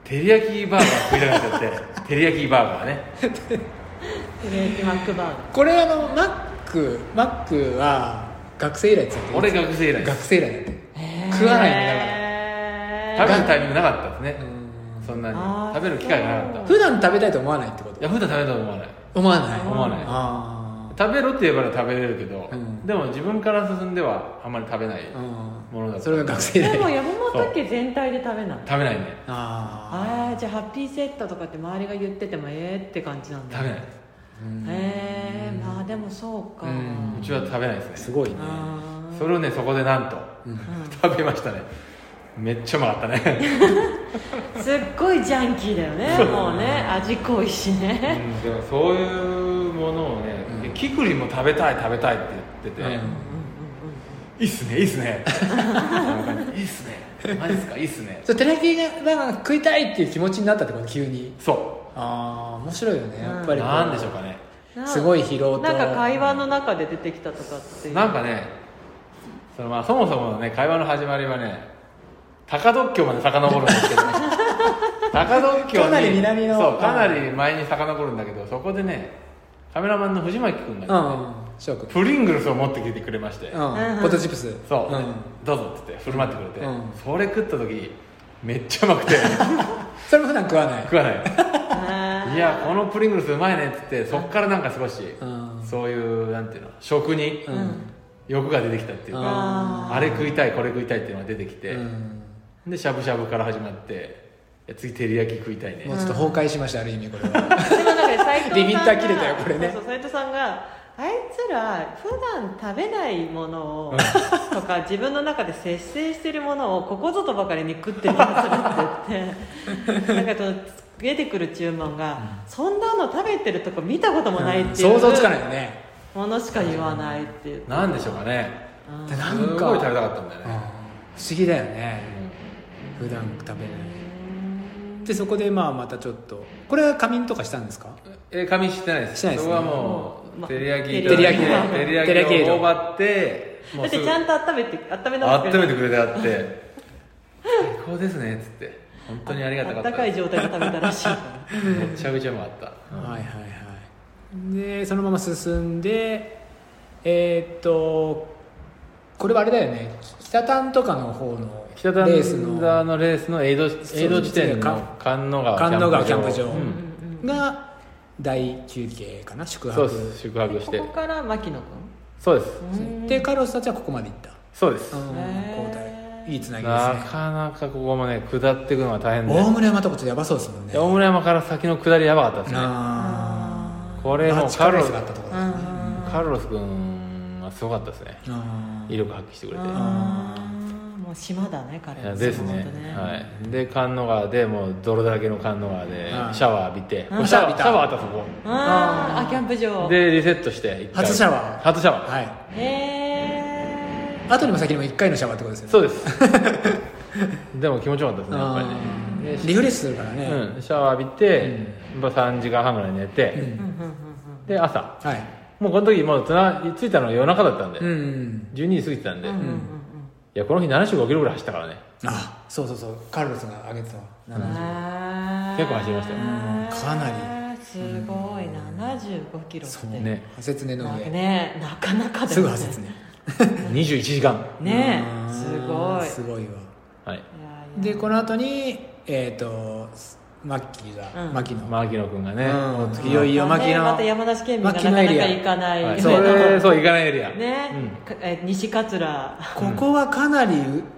照り焼きバーガー食いたくなっちゃ [LAUGHS] って照り焼きバーガーね照り焼きマックバーガーこれあのマックマックは学生以来使ってる俺学生以来学生以来だって食わないんだからへー食べるタイミングなかったですねそんなにあー食べる機会がなかったい普段食べたいと思わないってことや普段食べたと思わない思わない思わないあ食べろって言えば食べれるけど、うんでも自分から進んではあんまり食べない、あうんものだったそれが学生以で来も山本家全体で食べない食べないねあああじゃあハッピーセットとかって周りが言っててもええって感じなんだ食べないええまあでもそうかうんうちは食べないであすすねごいねあーそれをねそこでなんと、食べましたねめっちゃうまかったね、すっごいジャンキーだよねもうね味濃いしうねん、でもそういうものをね、キクリンも食べたい食べたいって言ってうて、んいいっすねいいっすねいいっすねマジっすかいいっす [LAUGHS] ねそれテレビがなんか食いたいっていう気持ちになったってこと急にそああ面白いよねやっぱうりこうなんでしょうかね [LAUGHS] なすごい疲労となんか会話の中で出てきたとかっていうなんかねそのまあそもそものね会話の始まりはね高特許まで遡るんですけど [LAUGHS] 高特許にかなり南のそうかなり前に遡るんだけどそこでねカメラマンの藤巻君うが、んうん翔くんうんプリングルスを持ってきてくれまして、うんポテトチップスそう、んどうぞって言って振る舞ってくれて、うんそれ食った時めっちゃうまくてそれも普段食わない食わないねいやこのプリングルスうまいねっつってそっからなんか少し、うんそういうなんていうの食にうん欲が出てきたっていうか、あーあれ食いたいこれ食いたいっていうのが出てきて、うんでしゃぶしゃぶから始まっていや次照り焼き食いたいねもうちょっと崩壊しましたある意味これはでもなんか斉藤さんがリミッター切れたよこれねそうそう斉藤さんがあいつら普段食べないものをとか自分の中で節制してるものをここぞとばかりに食ってる気がするって言ってなんかその出てくる注文が、そんなの食べてるとこ見たこともないっていう、想像つかないよねものしか言わないっていう、なんでしょうかねうんですなんかんごい食べたかったんだようんね、不思議だよね普段食べないでそこでまあまたちょっとこれは仮眠とかしたんですかえー仮眠してないですしてないですねそこはもう、まあ照り焼き照り焼き照り焼照り焼ききを頬張ってだってちゃんと温めて温めな温めてくれてあって最高ですねっつって本当にありがたかった温かい状態で食べたらしいからめちゃめちゃうまかったはいはいはいでそのまま進んでえーっとこれはあれだよね北丹とかの方の北田レースの田のレースのエイドそうエイド地点の菅野川神野川キャンプう場んが大休憩かな宿そう泊です宿泊してここから牧野君そうですでカロスたちはここまで行ったそうですうんへー交代いいつなぎでなすねかなかここもね下っていくのが大変で大村山とかちょっとやばそうですもんね大村山から先の下りやばかったですねあこあれもバうッチカカルレーロススがあったところうだんカルロス君はすごかったですねあ威力発揮してくれてあーもう島だね彼いやはですねはい、で観音川でもう泥だらけの観音川ではいシャワー浴びて、うんシャワーシシャャワワーあったそあーあキャンプ場こでリセットして一回初シャワー初シャワー、はいへえ後にも先にも1回のシャワーってことですよねそうで [LAUGHS] すでも気持ちよかったですねやっぱりねあーリフレッシュするからね、うん、シャワー浴びて、まあ3時間半ぐらい寝て、で朝はいもうこの時もうつな着いたのが夜中だったんで、うん12時過ぎてたんで、いやこの日75キロぐらい走ったからねあそうそうそうカルロスが上げてたわあー結構走りましたよかなりすごい75キロってそうね破切ねなのんか上、ねなかなかだよねすぐ破切ね21時間ねうんすごいすごいわはいいやいやでこの後にえっ、とマッキーが、うんマキの、牧野君がね、うんお月いよいよ牧野また山梨県民がな牧かな野かエリア行かない、はい、そそうれそう行かないエリアね、かえ西桂ここはかなり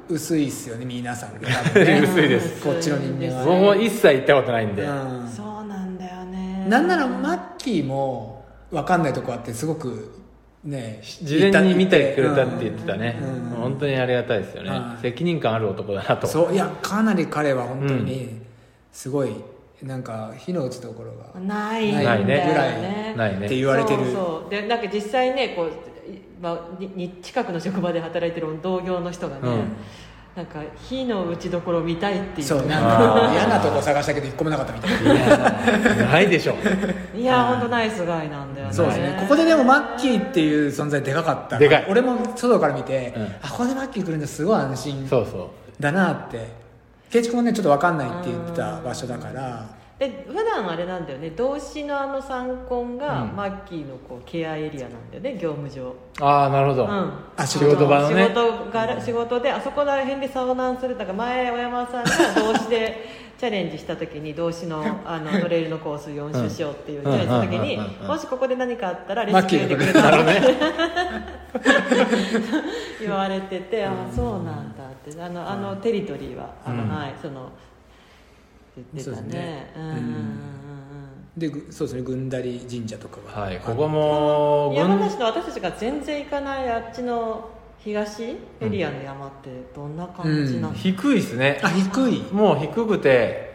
う薄いっすよね皆 [LAUGHS] さんが多分うん、ね薄いですこっちの人間は僕も一切行ったことないんで、うんそうなんだよねなんならマッキーも分かんないとこあってすごくね事前に見てくれたって言っててたね、うん本当にありがたいですよね、はい責任感ある男だなとそういやかなり彼は本当にすごいなんか火の打つところがないんだないよねねなないっねて言われてるそうそうでなんか実際ねこう、まあ、にに近くの職場で働いてる同業の人がね、うんなんか火の打ちどころ見たいっていうそうなんあかー嫌なとこ探したけど一個もなかったみたいいや [LAUGHS] ないでしょいや本当ナイスガイなんだよなねそうですねここででもマッキーっていう存在でかかったでかい俺も外から見てうんあここでマッキー来るんだすごい安心そうそだなって建築もねちょっと分かんないって言ってた場所だからで普段あれなんだよね動詞のあの参考が、うんマッキーのこうケアエリアなんだよね業務上ああなるほど、うんあ仕仕事場のね仕事柄仕事であそこら辺で遭難するだから前小山さんが動詞で [LAUGHS] チャレンジした時に動詞のあのトレイルのコース4周しようっていうチャレンジした時にうんうんうんうんうんもしここで何かあったらレマスッキキューでーのくれねたならるほ [LAUGHS] どね言われてて、あそうなんだってあのあのテリトリーは、あのうんはいその言ってたそうですねねうんうんうんでぐそうですね郡り神社とかははいここうもん山梨の私たちが全然行かないあっちの東エリアの山ってどんな感じなの、うん低いですねあ低いもう低くて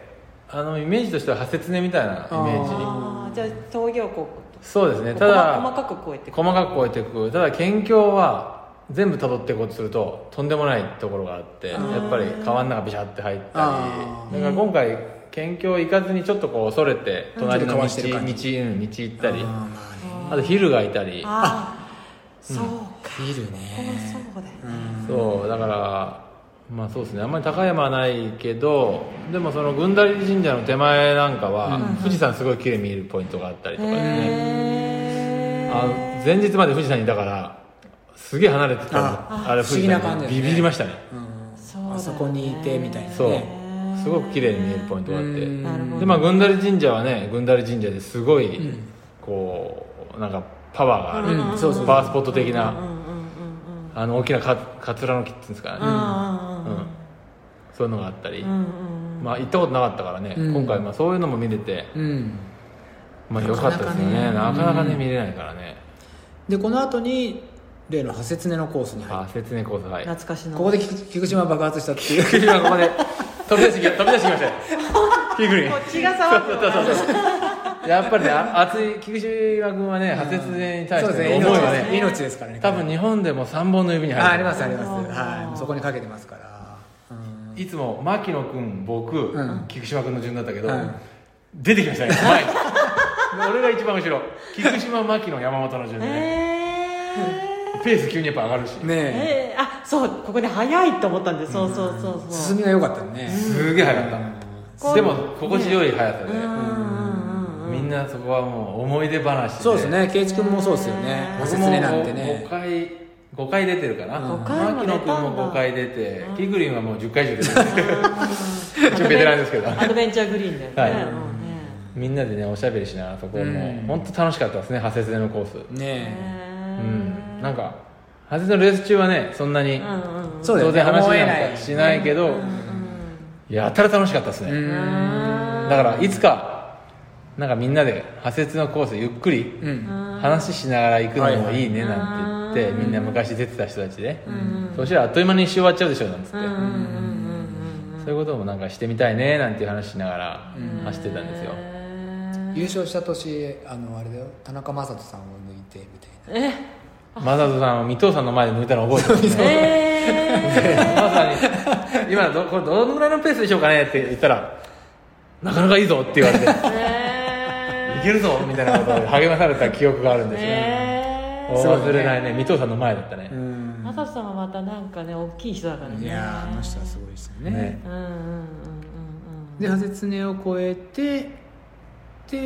あのイメージとしては破切ねみたいなイメージあーじゃあ峠をこそうですう、ねこただ細かく越えて細かく超えていくただ県境は全部辿っていこうとするととんでもないところがあってやっぱり川の中ビシャって入ったありだから今回県境行かずにちょっとこう恐れて隣ちょっの道とかわしてる道,、うん、感道じ行ったありーあまあねとヒルがいたりああ、そうかビルここはねそうだよね、そうだからまあそうですねあんまり高山はないけどでもその群馬神社の手前なんかは、富士山すごい綺麗に見えるポイントがあったりとかですねへーあの前日まで富士山にいたからすげえ離れてたのああれ不富思議士な山感じですねにビビりましたねうんそうだよねあそこにいてみたいなそうねすごく綺麗に見えるポイントがあってうんなるほどでまあ群馬神社はね群馬神社ですごいこうなんかパワーがある、うんそうそうそうパワースポット的うんうんな、うんうんあの大きなかかつらの木っていうんですかね、うんうんそういうのがあったり、うんうんまあ行ったことなかったからね、うん今回まあそういうのも見れて、うんまあ、よかったですよねなかなかね見れないからねでこの後に例の破切ねのコースに入っあ説明コースはい懐かしのてここで菊菊島爆発したっていう [LAUGHS] 今ここで飛び出してき飛び出してき [LAUGHS] ましたよピグリこっちが騒ぐよねやっぱりねあ熱い菊島君はね破切に対してのそう思いですはね命ね命ですからね多分日本でも3本の指に入るあありますありますあーはいそこにかけてますからうんいつも牧野君僕、ん菊島君の順だったけど、うん出てきましたね前に [LAUGHS] 俺が一番後ろ菊島牧野山本の順でね、えペース急にやっぱ上がるし、ーねえーあそうここで早いと思ったんでそうそうそうえそ進うみが良かったよねすげえ速かった、うんでも心地よい速さで、うんうんうんうんみんなそこはもう思い出話でそうですね圭一君もそうですよねね破僕切もねなんて 5, ね回5回出てるかな五回も牧出た野んだ君も5回出てピグリンはもう10回以上出てる [LAUGHS] [LAUGHS] ちょっとベテランですけどアドベンチャーグリーンだよね、はいもうねみんなでねおしゃべりしながらそこうもん本当楽しかったですねハセツネのコースねうんなんかハセツネのレース中はねそんなにうんうんえそうだよ当ね然話思えななんかいしないけどやたら楽しかったですうねんだからいつかなんかみんなでハセツネのコースゆっくりうん話ししながら行くのもいいねはいはいなんて言ってみんな昔出てた人たちでんそしたらあっという間に一周終わっちゃうでしょなんつってうんうんうんうんそういうこともなんかしてみたいねなんていう話しながらうん走ってたんですよ優勝した年あのあれだよ田中将人さんを抜いてみたいなえマサトさんを三藤さんの前で抜いたの覚えてますねえ [LAUGHS] マサさんに「今どこれどのぐらいのペースでしょうかね?」って言ったら「なかなかいいぞ」って言われて「い [LAUGHS] ーえけるぞ」みたいなことで励まされた記憶があるんーですよえー忘れないね三藤さんの前だったねうんマサさんはまたなんかね大きい人だからねいやーあの人はすごいですよねねうんうんうんうんうんで破切ねを越えて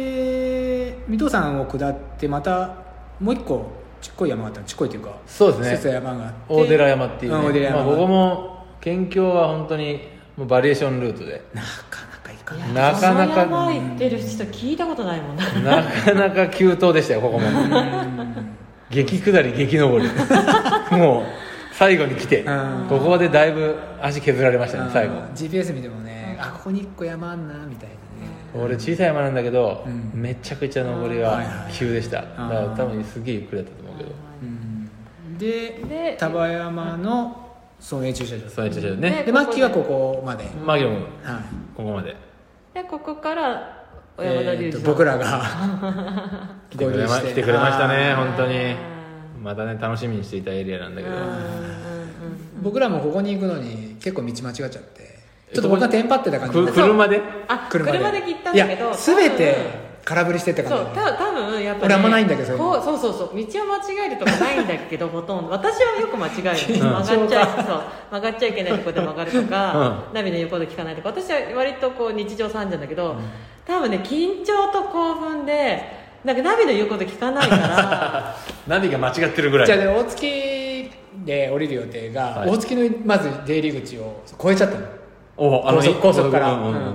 で水戸山を下ってまたもう一個ちっこい山があったのちっこいというかそうですね小さい山があって大寺山っていううん大ね寺まあ山ここも県境は本当にもうバリエーションルー [LAUGHS] トでなかなか行かないなかなかその山行ってる人聞いたことないもんななかなか急登でしたよここも激下り激 [LAUGHS] 上りもう最後に来てうんここでだいぶ足削られましたね最後うん GPS 見てもねあここに一個山あんなみたいな俺小さい山なんだけど、うんめちゃくちゃ上はりいがはい急でしただあーから多分すげえゆっくりだったと思うけどね、うん、でで丹波山の村営駐車場その一緒でねねでマッキーはここまで、マギロもはいここまででここから小山田え隆ー、と二僕ららが来てくれま合流来てくれましたねあ本当にまたね楽しみにしていたエリアなんだけどー僕らもここに行くのに結構道間違っちゃってちょっと僕がテンパってた感じく車であ車で行ったんだけどいや全て空振りしてったそ感じうた多分やっぱり、俺あんまないんだけどこうそうそうそう道を間違えるとかないんだけ [LAUGHS] どほとんど私はよく間違える緊曲張がっちゃいそう曲がっちゃいけないとこで曲がるとか、ナビの言うこと聞かないとか私は割とこう日常さんじゃんだけど、多分ね緊張と興奮でなんかナビの言うこと聞かないか [LAUGHS] らナビが間違ってるぐらいじゃあね大月で降りる予定が、はい大月のまず出入り口を越えちゃったのだかお高速高速からうんうんうんうん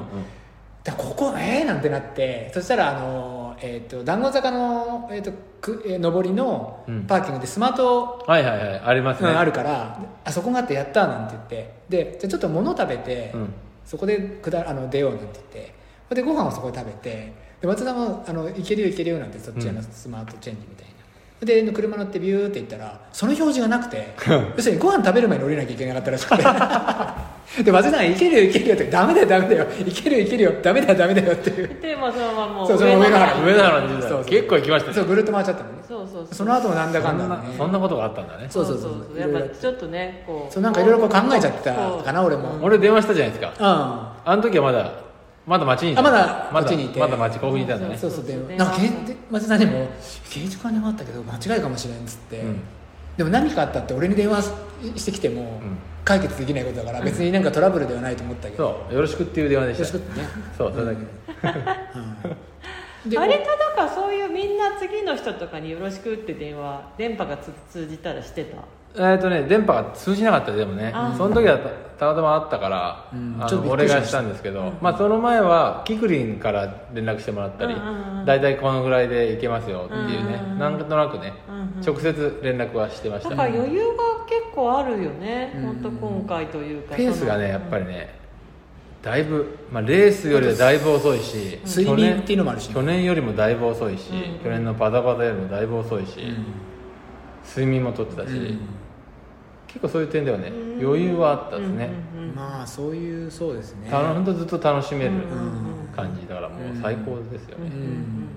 らここえー、なんてなってそしたらあのえっ、と団子坂の、えーとくえー上りのうんパーキングでスマートはいはいはいありますうんね、あるから、あそこがあってやったなんて言ってでじゃあちょっと物食べて、うんそこでくだあの出ようなんて言ってほんでご飯をそこで食べてで松田もあの行けるよ行けるよなんてそっちあのうんスマートチェンジみたいな、で車乗ってビューって行ったらその表示がなくて要するにご飯食べる前に降りなきゃいけなかったらしく [LAUGHS] てで松田が「行けるよ行けるよ」って「ダメだよダメだよ行けるよ行けるよダメだよダメだよ」っていうでまあそのままもそううその上野原上野原に出たそうそう結構行きましたねそうぐるっと回っちゃったのねそうそうそうその後もなんだかそんんだなねそんなことがあったんだねそうそうそうやっぱちょっとねこうそうなんかいろいろ考えちゃってたかな俺も俺電話したじゃないですかうんあの時はまだまだ町にいたあまだま町にいてまだ町甲府にいたんだねそうそう電そうそ話う電話なんかけんで松田さんにも「刑事課にもあったけど間違いかもしれん」っつって、うんでも何かあったって俺に電話してきてもん解決できないことだから別になんかトラブルではないと思ったけど、そうよろしくっていう電話でよしたろしくってねそうそれだけで割とだからそういうみんな次の人とかによろしくって電話電波がつ通じたらしてたえーとね、電波が通じなかったでもねあーその時はたたまたまあったから、うんあちょっのとびっくりおし願まいししたたんですけど、まあ、その前はキクリンから連絡してもらったりうんうんうん大体、このぐらいで行けますよっていうね、うんうんうんなんとなくね、うんうん直接連絡はしてましだたから余裕が結構あるよね、うんほん、本当今回というかペースがねやっぱりねだいぶ、まあ、レースよりはだいぶ遅いし睡去眠年っていうのもあるしね去年よりもだいぶ遅いし、うん去年のバタバタよりもだいぶ遅いし、睡眠もとってたし、結構そういう点ではねうん余裕はあったですね、うんうんまあそういうそうですねたの本当ずっと楽しめるうん感じだからもう最高ですようんうんね、うんうん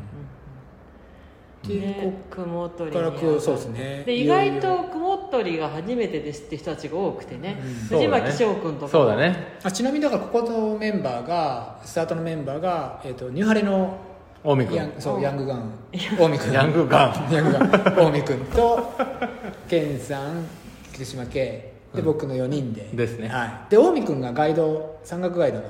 でこね雲取りこにからこうそうですねで意いよいよ外と雲取りが初めてですって人たちが多くてね、そう藤だね巻翔君とかそうだねあちなみにだからここのメンバーがスタートのメンバーが、えー、とニューハレの近江ヤン君そうヤングガン近江君ヤングガン宮古が近江君と健さん霧島圭で僕の4人で、ですねはい、で近江君がガイド山岳ガイドの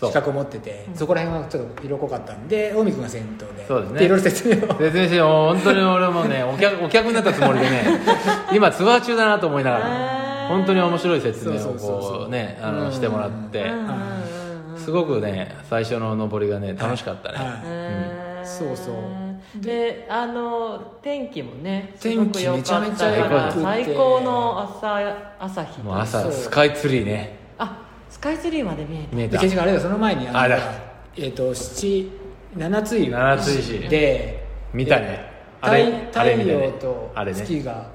そう資格を持っててそこら辺はちょっと色濃かったんで近江君が先頭でそうですねいろいろ説明を説明してもう本当に俺もねお客お客になったつもり [LAUGHS] でね今ツアー中だなと思いながへーら本当に面白い説明そをうそうそうそこううねあうのんしてもらってうんうんうんうんすごくね最初の登りがね楽しかったね、はいへーそうそうであの天気もね天気すごく良かっためちゃめちゃ良かからった最高の朝朝日もう朝そうスカイツリーねあスカイツリーまで見えた見えでたケンジ君あれだよその前にあのあれだえっ、と7七つい七ついしで見たねあ太れあ太れ見た陽ねとあれね月が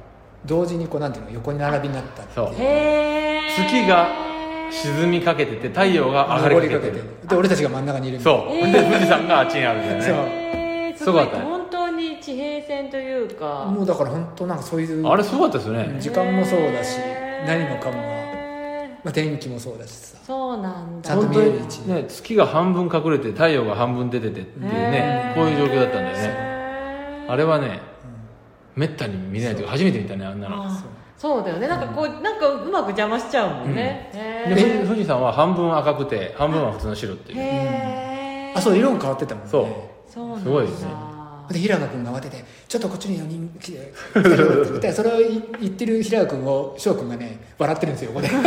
同時にこうなんていうの横に並びになったっていそうへえ月が沈みかけてて太陽が上がりかけてるで俺たちが真ん中にいるそう、へーで富士山があっちにあるんだよねそうへーすすごごいかったね本当に地平線というかもうだから本当なんかそういうあれすごかったですね、時間もそうだしへー何もかもが、まあ、天気もそうだしさそうなんちゃだんと本見え当るに位置ね月が半分隠れて太陽が半分出ててっていうねへーこういう状況だったんだよねあれはねめったに見れないというか初めて見たねあんなのあそうだよねなんかこうなんかうまく邪魔しちゃうもんねでへ富士富士山は半分赤くて半分は普通の白ってーいうへーあそう色が変わってたもんねそうそうなんだす [LAUGHS] ごいですねで平野君が慌てて「ちょっとこっちに4人来て」来てるって言っ [LAUGHS] てそれをい言ってる平野君を翔君がね笑ってるんですよここで平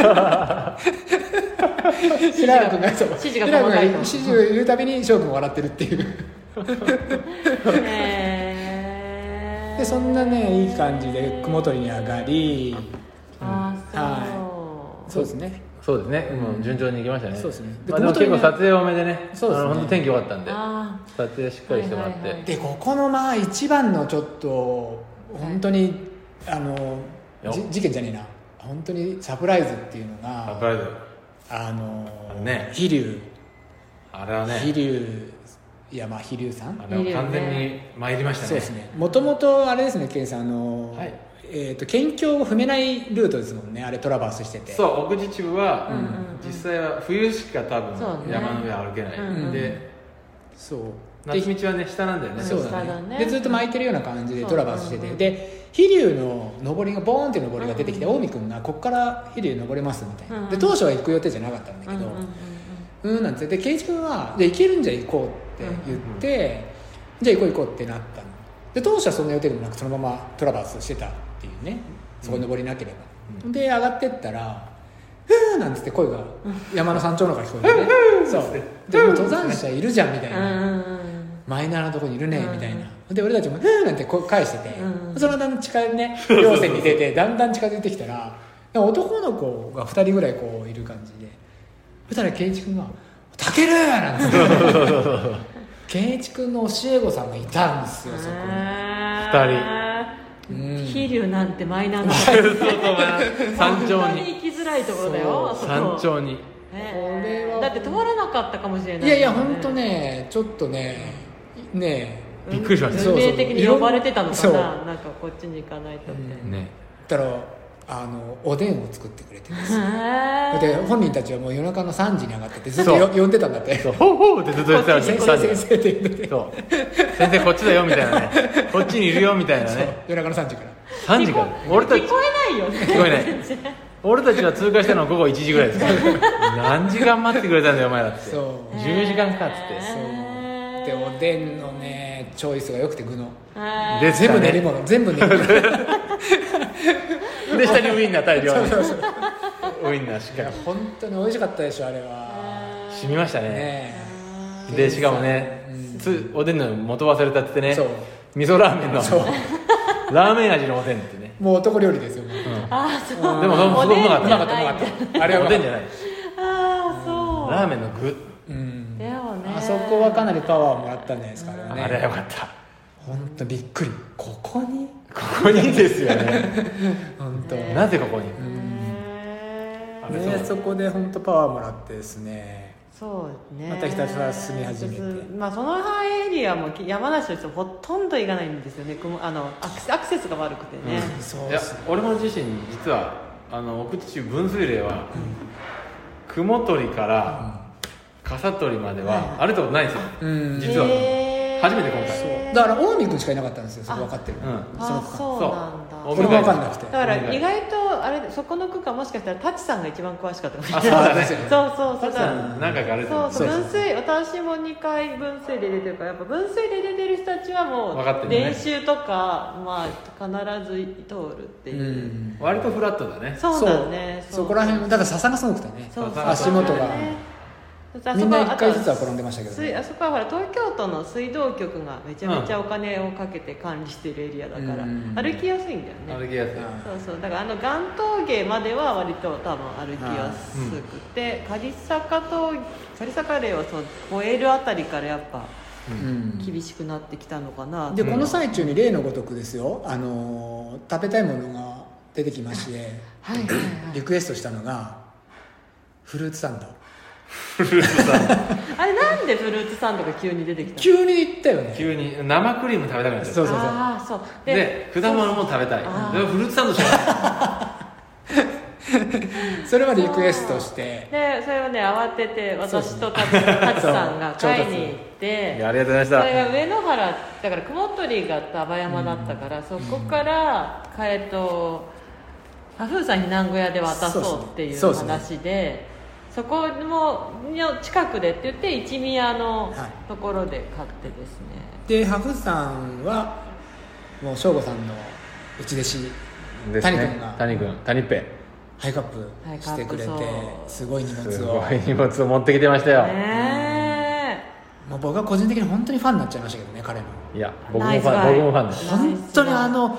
野君がそう指示平が野君が細かいと指示を言うたびに翔君も笑ってるっていう [LAUGHS] へーでそんなねいい感じで雲取りに上がりあーそそう、うですねそうですね、もう順調にいきましたねそうですねでまあ、でも結構元々ね撮影多めでねそうですねあの本当天気良かったんであ撮影しっかりしてもらっはいて、はいはいでここのまあ一番のちょっと本当に、あのよじ事件じゃねえな本当にサプライズっていうのサがプライズああののね飛龍あれは飛ね龍いやまあ飛龍さん、あれは完全に参りましたねそうですねもともとあれですねケンさんあの、はいえー、と県境を踏めないルートですもんねあれトラバースしててそう奥秩父は、うんうん実際は冬しか多分そうね山の上歩けない、うんうんでそうで夏道はね下なんだよねそう下だだねねでずっと巻いてるような感じでそうトラバースしてうんてうんで飛龍の上りがボーンって上りが出てきてうん近江君が「こっから飛龍登れます」みたいうんなうんで当初は行く予定じゃなかったんだうんけうんどうんう「んうん」なんつってで圭一君は「じゃあ行けるんじゃ行こう」って言って「じゃあ行こう行こう」ってなったので当初はそんな予定でもなくそのままトラバースしてたっていうねそこに登りなければで上がってったら「ふー」なんつって声が山の山頂の方から聞こえてねそうでもう登山者いるじゃんみたいなうんうんマイナーなとこにいるね、うんみたいなで俺たちも「うん」なんてこう返してて、うんそのだんだん近い [LAUGHS] ね稜線に出てだんだん近づいてきたらなんか男の子が2人ぐらいこういる感じでそしたら圭一君が「たける!」なんて言って [LAUGHS] 圭一君の教え子さんがいたんですよそこに、う二ん人飛龍なんてマイナーなそうそう山頂本当に行きづらいところだよあそこ山頂にねこれはだって通らなかったかもしれないいやいや本当ねちょっとねねびっくりしましたそう運そう命的に呼ばれてたのかそうななんかこっちに行かないとってうんねだからあのおでんを作ってくれてますへで本人たちはもう夜中の3時に上がっててずっとそうよ呼んでたんだってそうほうほうってずっと言ってたらしい先生サンジ先生って呼んでてそう先生こっちだよみたいなねこっちにいるよみたいなね夜中の3時から3時から俺たち聞こえないよね聞こえない俺たちが通過したのは午後1時ぐらいですから何時間待ってくれたんだよお前らってそう10時間かっつってそうへーでおでんのねチョイスが良くて具のへーで全部練り物全部練り物 [LAUGHS] で下にウインナー大量そうにそうそうウインナーしっいかやり本当に美味しかったでしょあれは染みましたねねでしかもね、つおでんの元忘れたっつってねそう味噌ラーメンのそうラーメン味のおでんってねもう男料理ですよもうあーそうでもそのおでんじゃうないまかったうまかったああれれははおでんじゃないああそうラーメンの具うんだよねあそこはかなりパワーもらったんじゃないですかああれれははねよかった本当びっくりここにここにですよね本当なぜここにへー安倍総理ね、そこで本当パワーもらってですねそうねまたひたすら進み始めて進まあ、その範囲エリアもき山梨の人ほとんど行かないんですよねくもあのアクセアクセスが悪くてね、そういでやす俺も自身実はあの奥秩父分水嶺は雲取りから笠取りまでは歩いたことないんですうよ、ん実はへー初めて今回だから近江君しかいなかったんですよそれあ分かってるうんそのあ区間そうなんだそうこれも分かんなくてだから意外とあれそこの区間もしかしたら舘さんが一番詳しかったかもしれないあそうだねそうですよそうそうそうだかさらん何回か歩いてそうますそうそう分水私も2回分水で出てるからやっぱ分水で出てる人たちはも分かってるうね練習とか、まあ必ず通るっていう、割とフラットだねそうだねそうそこら辺だから笹がすごくてねそうそう足元がそうみんなあそこ一回ずつは転んでましたけどね水あそこはほら東京都の水道局がめちゃめちゃお金をかけて管理しているエリアだから、うん歩きやすいんだよ歩ねきやすいそうそうだからあの岩峠までは割と多分歩きやすくて、狩坂峠狩坂嶺はそう越えるあたりからやっぱうん厳しくなってきたのかな、でうんこの最中に例のごとくですよあのー食べたいものが出てきましてはいはいはいリクエストしたのがフルーツサンドあれなんでフルーツサンドが急に出てきたの急に言ったよね急に生クリーム食べたくなっちゃそううそうそうああそうで果物も食べたいあーでフルーツサンドしかないそれまでリクエストしてでそれをね慌てて私と舘舘さんが買いに行っていやありがとうごそざれいまが上野原だから雲取りが丹波山だったから、そこから、えっと花風山避難小屋で渡そうっていうそうですね話でそこもの近くでって言って一宮のはいところで買ってですね、でハフさんはもう省吾さんの内弟子したですね谷君が谷君谷っぺハイカップしてくれてハイカップそうすごい荷物すをごい荷物を持ってきてましたよ、ねもう僕は個人的に本当にファンになっちゃいましたけどね彼のいや僕もナフイスガァイン僕もファンですナイス本当にあの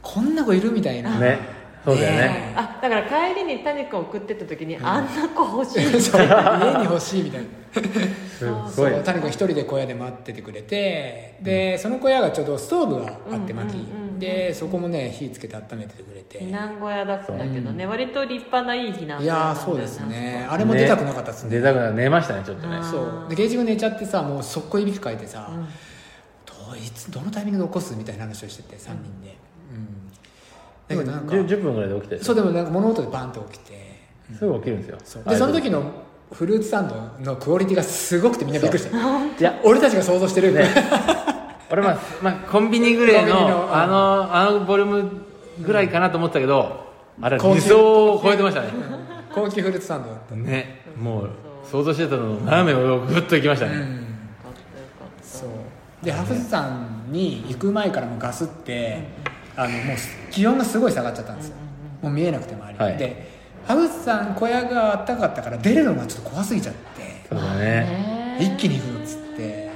こんな子いるみたいな、ねそうだよねねあだから帰りに谷君を送ってった時に、あんな子欲しい [LAUGHS] [LAUGHS] そう家に欲しいみたいなすそごいう谷君一人で小屋で待っててくれてでその小屋がちょうどストーブがあって薪、うんうんうんうんでそこもね火つけて温めてくれて避難小屋だったけどね、割と立派ないい避難小い屋やーなんだよそうですねあれも出たくなかったですね出たくなかった寝ましたねちょっとねあーそうでゲージが寝ちゃってさもう速攻いびきかいてさ、うんどういつどのタイミングで起こすみたいな話をしてて3人で、うん、だけどなんか 10, 10分ぐらいで起きてそうでもなんか物音でバンと起きてすぐ起きるんですよそうでその時のフルーツサンドのクオリティがすごくてみんなびっくり [LAUGHS] したいや俺たちが想像してる、俺まあ、まあ、コンビニぐらコンいビのニのうんあのあのボリュームぐらいかなと思ってたけど、あれは高級理想を超えてましたね [LAUGHS] 高級フルーツサンドだったねもう想像してたのを斜め上をグッといきましたうね、んかったよかったそうでハフスさんに行く前からもうガスってあのもう気温がすごい下がっちゃったんですよもう見えなくて周り、はいでハフスさん小屋が暖かかったから出るのがちょっと怖すぎちゃってそうだねね一気に行くっつって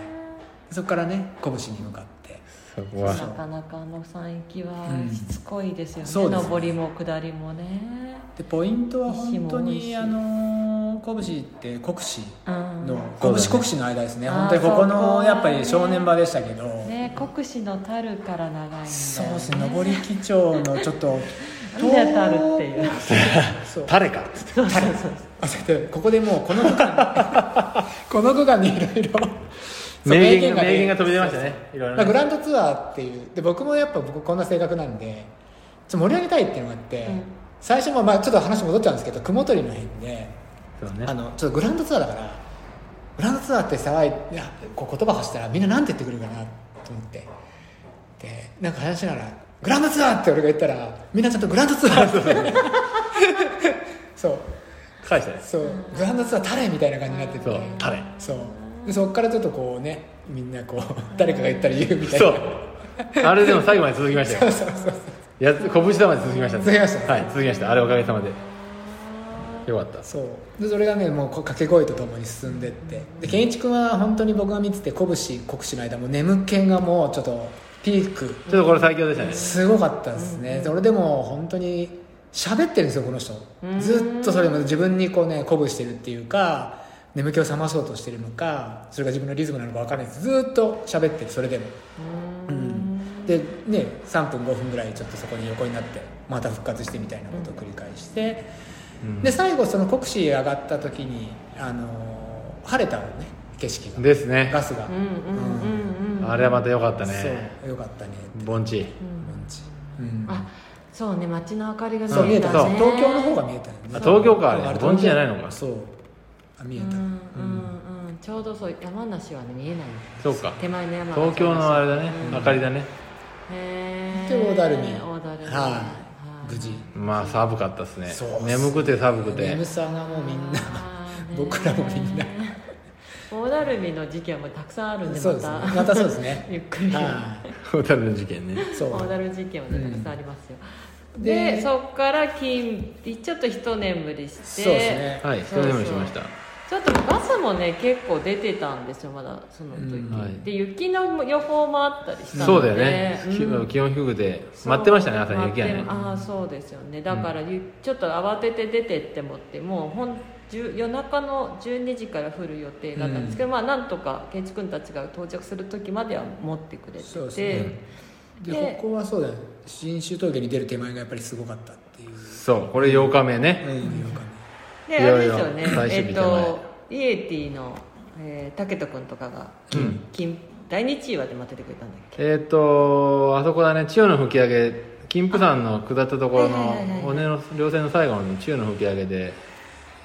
そこからね拳に向かってそこなはかなかあの山域はうんしつこいですよね,、そうですね上りも下りもねでポイントは本当石も多いにしあのー拳って国士うんのそ拳うだね国士の間ですねあー本当にここそこのはねやっぱり正念場でしたけど、ね国士の樽から長いんだよ、ね、そうですね上り基調のちょっとなんで当たるっていうそう誰かっつってそうそうそうあそうやってここでもうこの区間 [LAUGHS] この区間にいろいろそう名言がね名言が飛び出ましたねいろいまあろグねランドツアーっていうで僕もやっぱ僕こんな性格なんでちょっと盛り上げたいっていうのがあって、うん最初もまあちょっと話戻っちゃうんですけど雲取りの辺でそうねあのちょっとグランドツアーだからグランドツアーって騒いいやこう言葉発したらみんななんて言ってくるかなと思ってでなんか話しながら「グランドツアー!」って俺が言ったらみんなちゃんと「グランドツアー!」 [LAUGHS] ってそう返したねそうグランドツアー誰みたいな感じになっててそう誰そうでそっからちょっとこうねみんなこう誰かが言ったら言うみたいな [LAUGHS] そうあれでも最後まで続きましたよそうそうそうやつ拳玉まで続きましたね続きましたねはい続きましたあれおかげさまでよかったそうでそれがねもうこう掛け声とともに進んでってで健一君は本当に僕が見てて拳国士の間もう眠気がもうちょっとピークちょっとこれ最強でしたねすごかったですね、それでも本当に喋ってるんですよこの人ずっとそれも自分にこうね鼓舞してるっていうか眠気を覚まそうとしてるのかそれが自分のリズムなのか分からないですずっと喋ってるそれでもうんでね3分5分ぐらいちょっとそこに横になってまた復活してみたいなことを繰り返して、うんで最後その国士上がった時にあのー晴れたのね景色がですねガスが、うんうんうんうんあれはまたよかったねそうよかったねって盆地感じ、うんあそうね街の明かりがそう見見ええたたそうね東京の方が見えたよねあ東京かあれれ盆地じゃないのかそうあ見えうた、んうんうんちょうどそう山梨はね見えないそうか手前の山が東京のあれだねうん明かりだねへで大樽に大樽にはいはい無事まあ寒かったですねそう眠くて寒くて眠 [LAUGHS] さがもうみんなあーねー僕らもみんな大樽海の事件もたくさんあるん [LAUGHS] でそうでますねたまたそうです [LAUGHS] ねゆっくりは小樽の事件ねいそう大樽事件もねたくさんありますようんででそっから金ちょっと一眠りしてそうですねはい一眠りしましたちょっとバスもね結構出てたんですよまだその時、うんはいで雪の予報もあったりしたのでそうだよねうんき気温低くてそう待ってましたね朝に雪が待っねてああそうですよねだからゆ、ちょっと慌てて出てってもってもうほんじゅ夜中の12時から降る予定だったんですけど、まあなんとか建築君たちが到着する時までは持ってくれててそうですねででここはそうだよ新州峠に出る手前がやっぱりすごかったっていうそうこれ8日目ねうんよかっでいろいろあれですよね最終え日っ手前とイエティの、えー、武人君とかが金、うん金第二チーワで待っててくれたんだっけえっ、とあそこだね千代の吹き上げ金峰山の下ったところあはいのはいはいはい尾根の稜線の最後の千代の吹き上げで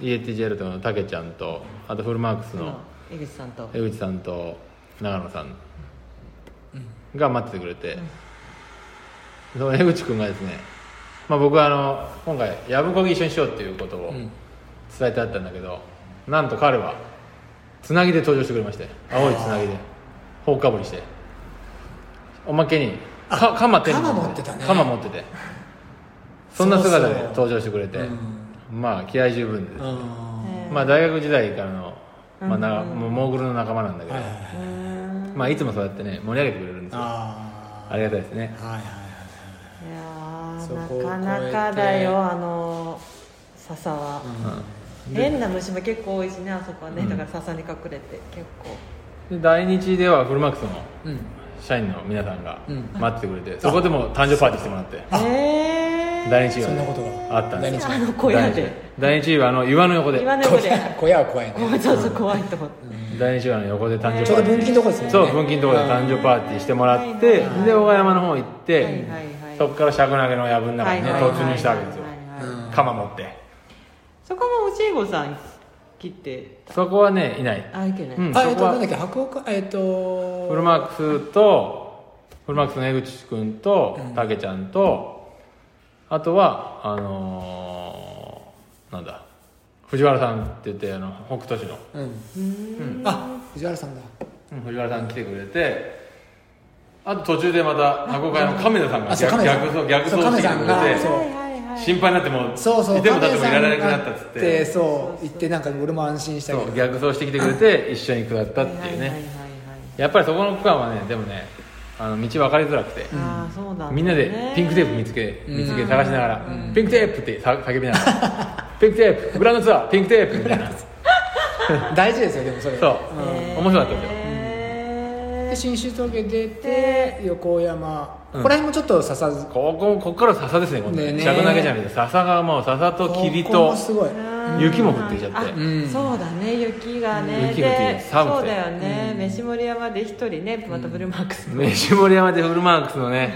EATJ とのたけちゃんとあとフルマークスの江口さんと江口さんと長野さんが待っててくれて、その江口君がですね、まあ、僕はあの今回やぶこぎ一緒にしようっていうことたをうん伝えてあったんだけど、なんと彼はつなぎで登場してくれまして青いつなぎで放かぶりしておまけにか鎌手に鎌持ってたね鎌持っててそんな姿でそうそう登場してくれてまあ気合十分で、あまあ、大学時代からの、まあなうんもうモーグルの仲間なんだけーはど、いはいはえいーまあ、いつもそうやってね盛り上げてくれるんですよあありがたいですねーはいはいはいいやそこーをなかなかだよあの笹は、はい変な虫も結構多いしねあそこはね、うんだから笹に隠れて結構で来日ではフルマックスのうんうん社員の皆さんがうん待っててくれて、そこでも誕生パーティーしてもらってえー、第日そんなことががあったんですよあの小屋で第一岩の岩の横で岩の小横で屋小屋は怖いもね [LAUGHS] うちょっと怖いと思って、第一岩の横で誕生ちょうど分岐のとこですもんねそう分岐のところで誕生パーティーしてもらって、はいはいで小山の方行って、はいはいはいそこから尺投げの藪の中はいにはね、いはい突入したわけですよ、はいはいうん鎌持ってそこも教え子さん切ってそこはねいないあいけない、うんあえっそことはなんだっけ白鵬かえっとフルマックスとフルマックスの江口君とたけちゃんと、あとはあのーなんだ藤原さんって言ってあの北斗市の、うんうんあ藤原さんだうん藤原さん来てくれてあと途中でまた箱買いの亀田さんがあそう逆亀田さん逆走逆走そうして亀き田さんてくがれそてうはいはいはい心配になってもそうそういても立ってもいられなくなったっつっ亀さんがてそう言ってなんか俺も安心したそけうど逆走してきてくれて一緒に下ったっていうはいはいはいねはいやっぱりそこの区間はねでもねあの道分かりづらくて、ああそうなんだねみんなでピンクテープ見つけ見つけ探しながら、ピンクテープってさ叫びながらピンクテープグランドツアーピンクテープみたいなそう、大事ですよでもそれへー面白かったですよで信州峠出て横山、うんここら辺もちょっと笹津こここっから笹ですね今度ねねね尺投げじゃなくて笹がもう笹と霧ここともすごいあー雪も降ってきちゃってあうんそうだね雪がね雪降ってで寒くてそうだよね、飯盛山で一人ねまたブルーマックス飯盛山でフルマークス [LAUGHS] のね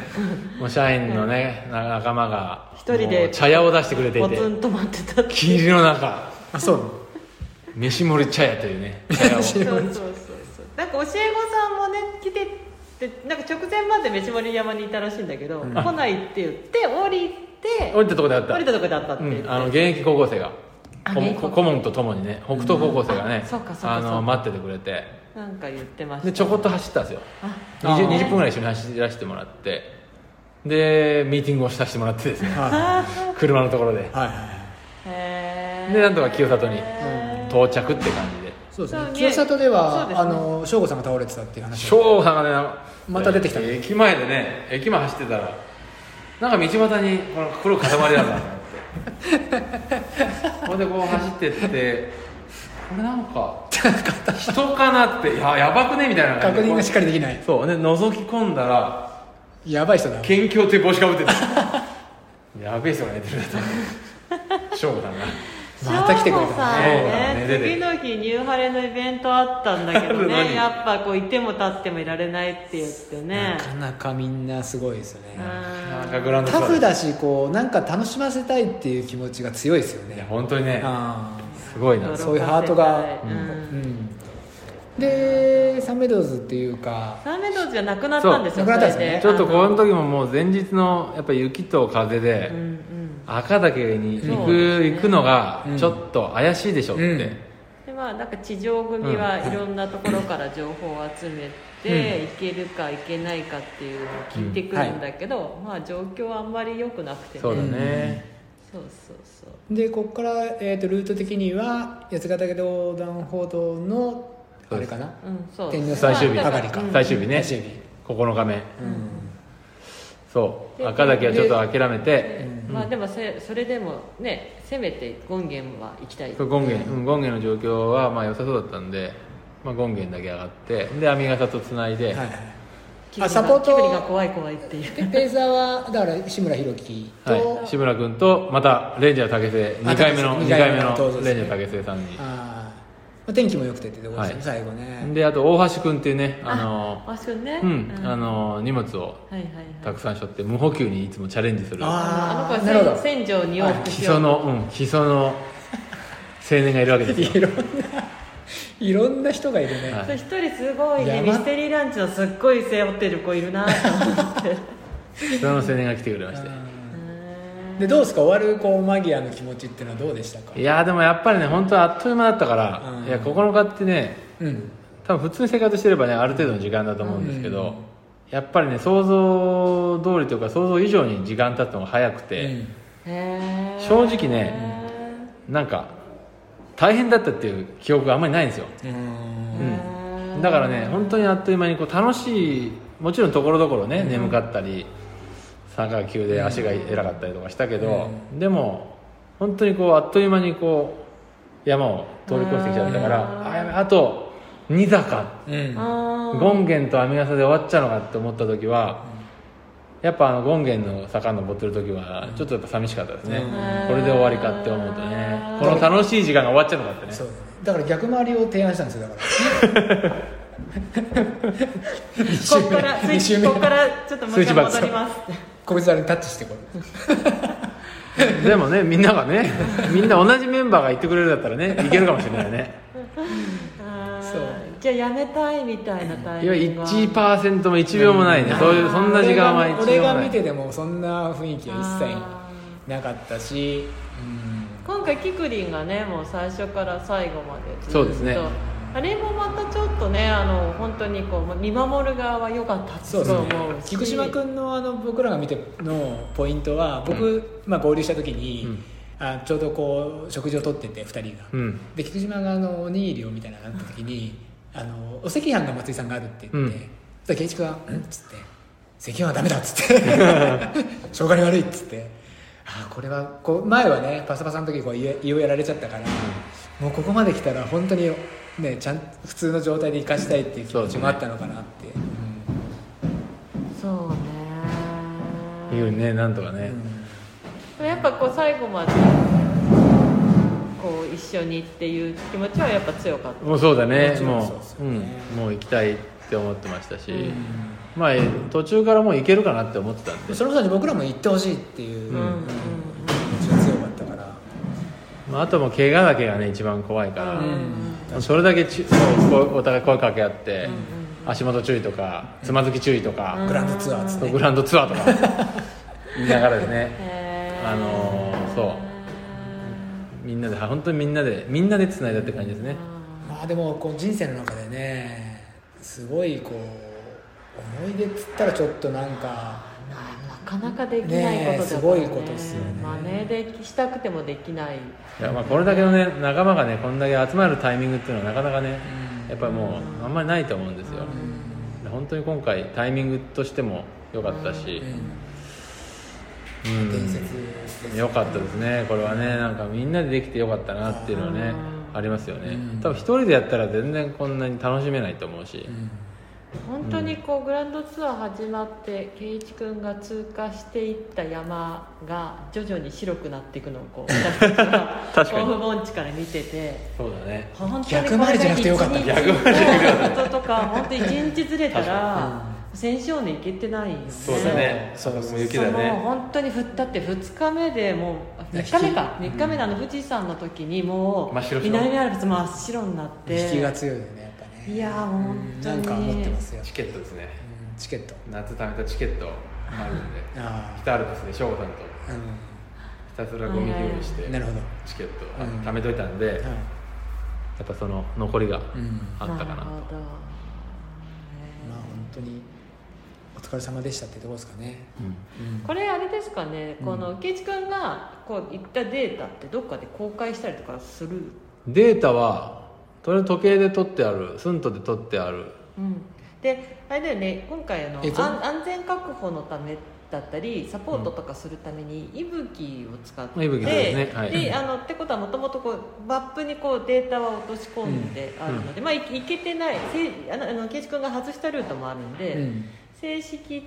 もう社員のねな仲間が一人でもう茶屋を出してくれていポてツンと待ってたって霧の中あそう飯盛り茶屋というね茶 [LAUGHS] 屋そうをそうそうそうなんか教え子さんもね来てってなんか直前まで飯盛山にいたらしいんだけど、来ないって言って降りて降りたとこであった降りたとこだったってう言って、ん、あの現役高校生があこ現役高校生顧問とともにね北東高校生がうんねあそうかそうかあそのうか待っててくれてなんか言ってましたでちょこっと走ったんですよあ 20, あー20分ぐらい一緒に走らせてもらってでミーティングをさせてもらってです [LAUGHS] ねはいは車のところでいはいへーでなんとか清里にへー到着って感じでそうですそうねね清里でそはうですねあの省吾さんが倒れてたっていう話翔吾さんがねまた出てきたえー駅前でね駅前走ってたらなんか道端にこの黒塊だなと思 [LAUGHS] ってほんでこう走ってってこれなんか人かなってややばくねみたいな感確じで認がしっかりできないそうね覗き込んだらやばい人だ県境っていう帽子かぶっ [LAUGHS] てたやべえ人が寝てるなと思 [LAUGHS] って省吾さんがまた来てくれたね翔子さんねそうだね次の日ニューハレのイベントあったんだけどあるのにねやっぱこういても立ってもいられないって言ってねなかなかみんなすごいですよねなあんーかグランドタフだだしこうなんか楽しませたいっていう気持ちが強いですよいやね本当にねあーすごいなそういうハートがうんうんでサンメドーズっていうかサンメドーズじゃなくなったんですよそうなくなったんですねそれちょっとこの時ももう前日のやっぱ雪と風で、うんうん赤岳に行そうですく,、ね行くのがうんちょっと怪しいでしょって、うんでまあなんか地上組はいろんなところから情報を集めて、行けるか行けないかっていうのを聞いてくるんだけど、まあ状況はあんまり良くなくてねそうだね、そうそうそうでここから、えー、とルート的には八ヶ岳横断歩道のあれかなうんそう天皇最終日上がりか、うん最終日ね最終日9日目うんそうで赤岳はちょっと諦めてまあでもせそれでもねせめて権現は行きたいそう権現うん権現の状況はまあ良さそうだったんで、まあ、権現だけ上がってで編み笠とつないで、はいはいキブリがあサポートキブリが怖い怖いっていうでペーザーはだから志村弘樹と、はい、志村君とまたレンジャー竹瀬2回目のあ竹瀬二回二回目目の登場のですねレンジャー竹瀬さんにあーまあ天気も良くてってとこですね、はい最後ねであと大橋君っていうねあのあそうねうん、うんあの荷物をはいはいはたいくさんしょって無補給にいつもチャレンジするああのあ子なるほどは千条に往復基しよ礎うのうん基礎の青年がいるわけです [LAUGHS] いよろんないろんな人がいるね、はいそう一人すごいね山ミステリーランチのすっごい背負ってる子いるなと思って基礎の青年が来てくれましううんーんでどうですか終わるこう間際の気持ちっていうのはどうでしたかていやーでもやっぱりね本当はあっという間だったから、うんいや9日ってねうん多分普通に生活してればねある程度の時間だと思うんですけど、やっぱりね想像通りというか想像以上に時間経ったのが早くうて、んへー正直ねなんか大変だったっていう記憶があんまりないんですようんへーだからね本当にあっという間にこう楽しいもちろんところどころね、眠かったり三角球で足が偉かったりとかしたけど、でも本当にこうあっという間にこう山を通り越してきちゃったかうらんあやべあと二坂うんあー権現と編み笠で終わっちゃうのかって思った時は、やっぱあの権現の坂登ってる時はちょっとやっぱ寂しかったですね、うんこれで終わりかって思うとねうんこの楽しい時間が終わっちゃうのかってねそうだから逆回りを提案したんですよだからここから二スイ周目ッチここからちょっともう一回戻りますってこいつあれタッチしてこれ [LAUGHS] でもねみんながねみんな同じメンバーが行ってくれるだったらねいけるかもしれな [LAUGHS] いねあーそうじゃあやめたいみたいなタイいやミングは1%も1秒もないね、そういうそんな時間は1秒もない俺が見ててもそんな雰囲気は一切あーなかったし、今回キクリンがねもう最初から最後までずっとそうですねあれもまたちょっとねあの本当にこう見守る側は良かったそうとです思ねうし菊島君のあの僕らが見てのポイントは僕、まあ、合流した時に、うんあちょうどこう食事をとってて2人が、うんで菊島があのおにぎりをみたいなのがあった時にあのお赤飯が松井さんがあるって言って、うんそしたら圭一君が「うん?」っつって「赤飯はダメだ」っつ [LAUGHS] って「消化に悪い」っつってああこれはこう前はねパサパサの時こう胃胃をやられちゃったから、もうここまで来たら本当にねちゃん普通の状態で生かしたいっていう気持ちもあったのかなって、そうねいうふうにねなんとかね、でもやっぱこう最後までこう一緒にっていう気持ちはやっぱ強かったもうそうだもねちろんそうもですうよねうん、もう行きたいって思ってましたし、うんまあ途中からもう行けるかなって思ってたんで、それこそ僕らも行ってほしいっていう、うんううんんうんうん気持ちが強かったから、まあ、あともう怪我だけがね一番怖いから、それだけちもうこうお互い声かけ合って、足元注意とかつまずき注意とか、グランドツアーっつって、グランドツアー [LAUGHS] とか言いながらですねへーあのーそうみんなで本当にみんなでみんなでつないだって感じですねまあでもこう人生の中でねすごいこう思い出っつったらちょっとなんかなかなかできないことだからねねえすごいことっすよね真似できしたくてもできないいやまあこれだけのね仲間がねこんだけ集まるタイミングっていうのはなかなかねやっぱりもうあんまりないと思うんですよ本当に今回タイミングとしても良かったしうん伝説ですね良かったですねこれはねなんかみんなでできて良かったなっていうのはねありますよねうん多分一人でやったら全然こんなに楽しめないと思うしうん本当にこうグランドツアー始まって圭一君が通過していった山が徐々に白くなっていくのをこう私たちは [LAUGHS] 確かに甲府盆地から見ててそうだね本当に逆回りじゃなくてよかった逆回りじゃなくてとか本当一日ずれたら先週年行けてないよねそうだねそうそうそうもう雪だそのね本当に降ったって2日目でもういや3日目か3日目のあの富士山の時にも真っ白うでしょ南アルプス真っ白になって引きが強いよねやっぱねいやーうん本当になんか持ってますよ、チケットですねうんチケット夏貯めたチケットあるんであ北アルプスで省吾さんとあ、ひたすらゴミ拾いしてうん、なるほど、チケットうん貯めといたんで、やはいっぱその残りうがんあったかなるほと、どまあ本当にお疲れ様でしたってとこですかね、うんうんこれあれですかね、うんこの圭一君がこう行ったデータってどっかで公開したりとかする、データはそれ時計で取ってあるスントで取ってあるうん、であれだよね今回あのえっと安安全確保のためだったりサポートとかするために息吹を使って、うん息吹そうですねはいであのってことはもともとこうマップにこうデータは落とし込んであるので、まあいいけてないせあのあの圭一君が外したルートもあるんで、うん正式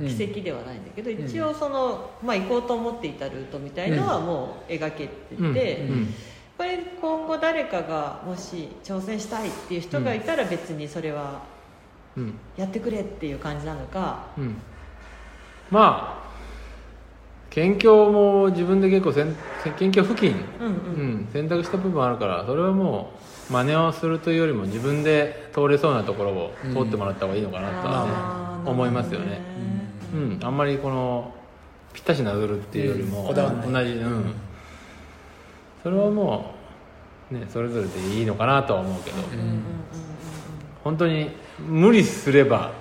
な奇跡ではないんだけど、ん一応その、まあ、行こうと思っていたルートみたいのはもう描けてて、うんうんこれ今後誰かがもし挑戦したいっていう人がいたら別にそれはうんやってくれっていう感じなのか、うんまあ県境も自分で結構せん県境付近、うんうんうん、選択した部分あるからそれはもう真似をするというよりも自分で通れそうなところを通ってもらった方がいいのかなとはね、あー思いますよねうん、あんまりこのぴったしなぞるっていうよりも、うんこだわんない同じうん、それはもうねそれぞれでいいのかなとは思うけど、本当に無理すれば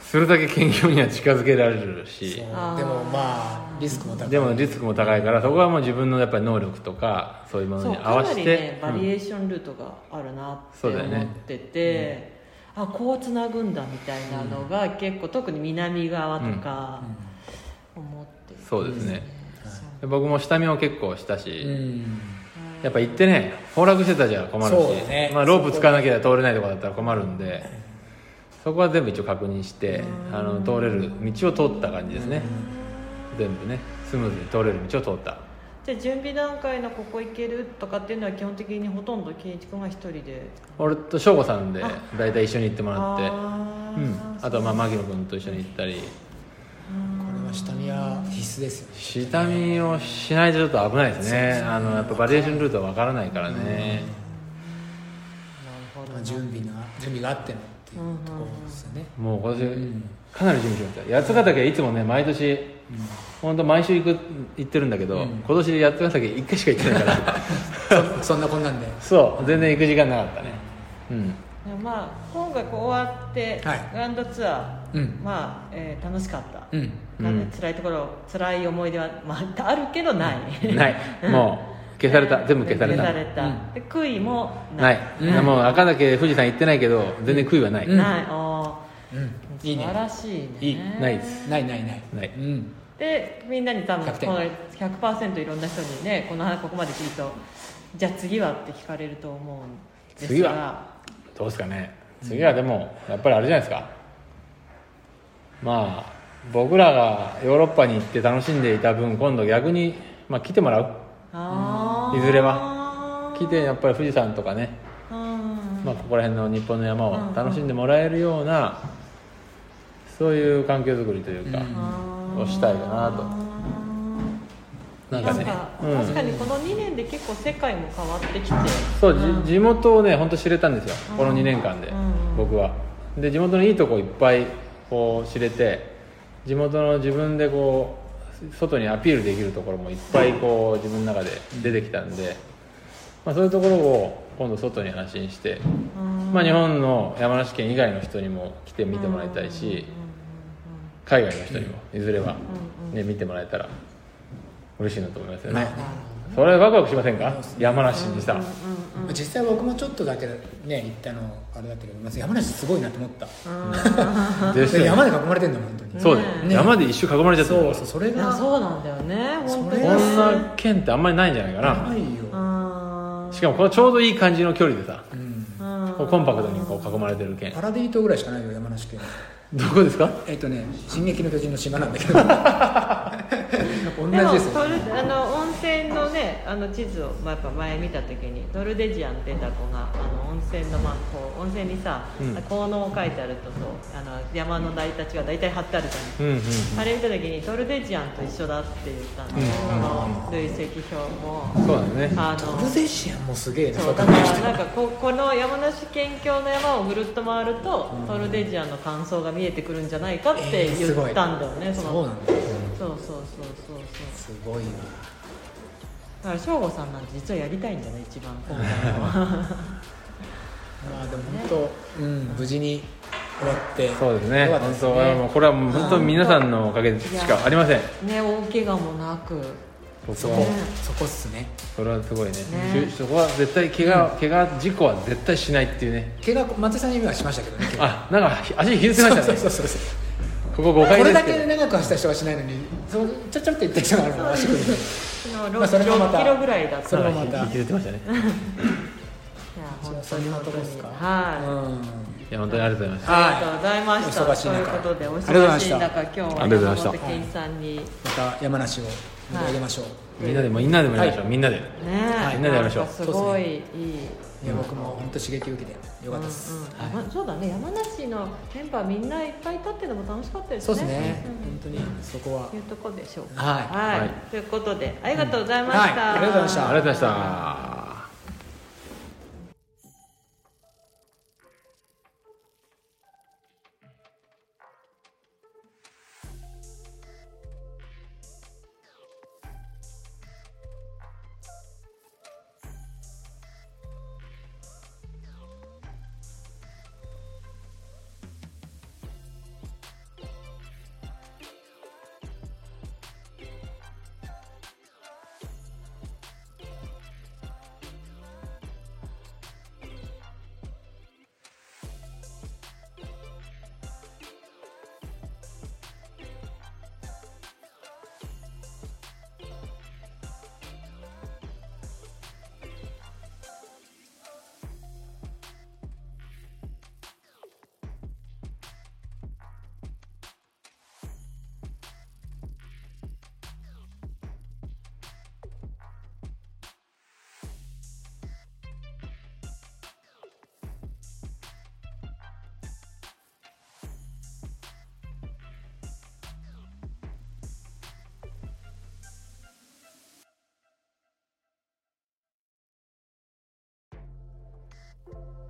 するだけ研究には近づけられるしそうあーでもまあリスクも高いでもリスクも高いからそこはもう自分のやっぱり能力とかそういうもそのうに合わかせなりてねバリエーションルートがあるなってそうだよね思ってて、あこうつなぐんだみたいなのが結構特に南側とか思ってうんて、そうですね、で僕も下見を結構したし、うんやっぱ行ってね崩落してたじゃ困るし、そうだねまあ、ロープ使わなきゃ通れないとこだったら困るんでそこは全部一応確認してあの通れる道を通った感じですね全部ねスムーズに通れる道を通ったじゃあ準備段階のここ行けるとかっていうのは基本的にほとんど圭一君が一人で俺と省吾さんで大体一緒に行ってもらってあうん、あとはまあ牧野君と一緒に行ったりこまあ、下見は必須ですよね下見をしないとちょっと危ないですねあのやっぱバリエーションルートは分からないからねほどまあ、準備な準備があってのっていうところですよね、もう今年かなり準備しました八ヶ岳いつもね毎年本当毎週行く行ってるんだけど、今年八ヶ岳1回しか行ってないからそそん [LAUGHS] なこんなんでそう全然行く時間なかったねうんでもまあ今回こう終わって、はいグランドツアー、うんまあ、えー楽しかった、うんなんで辛いところ辛い思い出は、まあ、あるけどない、ないもう消され [LAUGHS] た全部消された消された、で悔いもなないい、もう赤岳富士山行ってないけど全然悔いはない、うんないあうんーいい素晴ねらしいねいいないですないないないないうんでみんなに多分100点この100%いろんな人にねこの話ここまで聞いとじゃあ次はって聞かれると思うんですが次はどうですかね次はでもやっぱりあれじゃないですかまあ僕らがヨーロッパに行って楽しんでいた分今度逆に、まあ、来てもらうあいずれは来てやっぱり富士山とかね、まあ、ここら辺の日本の山を楽しんでもらえるようなそういう環境づくりというか、をしたいかなとななんかんかねうん確かにこの2年で結構世界も変わってきてそう、じん地元をね本当知れたんですよ、うんこの2年間で、うん僕はで地元のいいとこいっぱいこう知れて地元の自分でこう外にアピールできるところもいっぱいこう自分の中で出てきたんで、まあ、そういうところを今度外に発信して、うんまあ、日本の山梨県以外の人にも来て見てもらいたいし、海外の人にもいずれは、ね、見てもらえたら嬉しいなと思いますよね、まあそれワクワクしませんか山梨にさ、まあ実際僕もちょっとだけね行ったのあれだったけどまず山梨すごいなと思ったですよね山で囲まれてんだもん本当にそうだよ、ね山で一周囲まれちゃったんだそうからそうそれ [LAUGHS] いやがそうなんだよね本当そにれがこんな県ってあんまりないんじゃないかなないよ、うんしかもこのちょうどいい感じの距離でさうん、うんこうコンパクトにこう囲まれてる県パラディ島ぐらいしかないよ山梨県どこですかえっ、とね「進撃の巨人」の島なんだけど [LAUGHS] 同でもじですトよルあの温泉のねあの地図を、まあ、やっぱ前見た時にドルデジアン出た子があの温泉の、まあ、こう温泉にさ、うん効能を書いてあるとそうあの山の成り立ちが大体貼ってあるじゃないうんうんあれ見た時にトルデジアンと一緒だって言ったの、その累積表もそうだねあトのルゼシアンもすげえなそうだからなんかここの山梨県境の山をぐるっと回ると、トルデジアンの感想が見えてくるんじゃないかってえー言すごいったんだよね、そそうのなんだそうそうそうそうそうすごいなだから省吾さんなんて実はやりたいんだね一番今回 [LAUGHS] まあでも本当、うん無事に終わってそうですねよかった本当はもうこれはもう本当皆さんのおかげしかありませんね大怪我もなく僕そはこそこっすねそれはすごいねねしそこは絶対怪我怪我事故は絶対しないっていうね怪我松井さんにはしましたけどね怪我あなんかひ足引きずってましたそうねそうそうそうこここ5回れでだすけけど長く走った人はしないのにそうちょちょって言った人があるの足首に昨日 6, まあそれもまたキロぐらいだったそれいもやまた引きずってましたね本そ当にんな本と当こでにすかはいうんいや本当にありがとうございましたありがとうございましたはいお忙しいという中ことでおありがとうござい忙まししいた中今日はありがとうございました山本健さんにねまた山梨を盛り上げましょう、みんなでもうみんなでもやりましょうみんなではいみんなでやりましょうなんかすごいいいいや僕も本当刺激を受けてよかったです、うんうんまそうだね山梨のメンバーみんないっぱい立ってるのも楽しかったですねそうですね、うん本当にそこはというとこでしょうかはいはいはいということでありがとうございました、はいありがとうございましたありがとうございましたう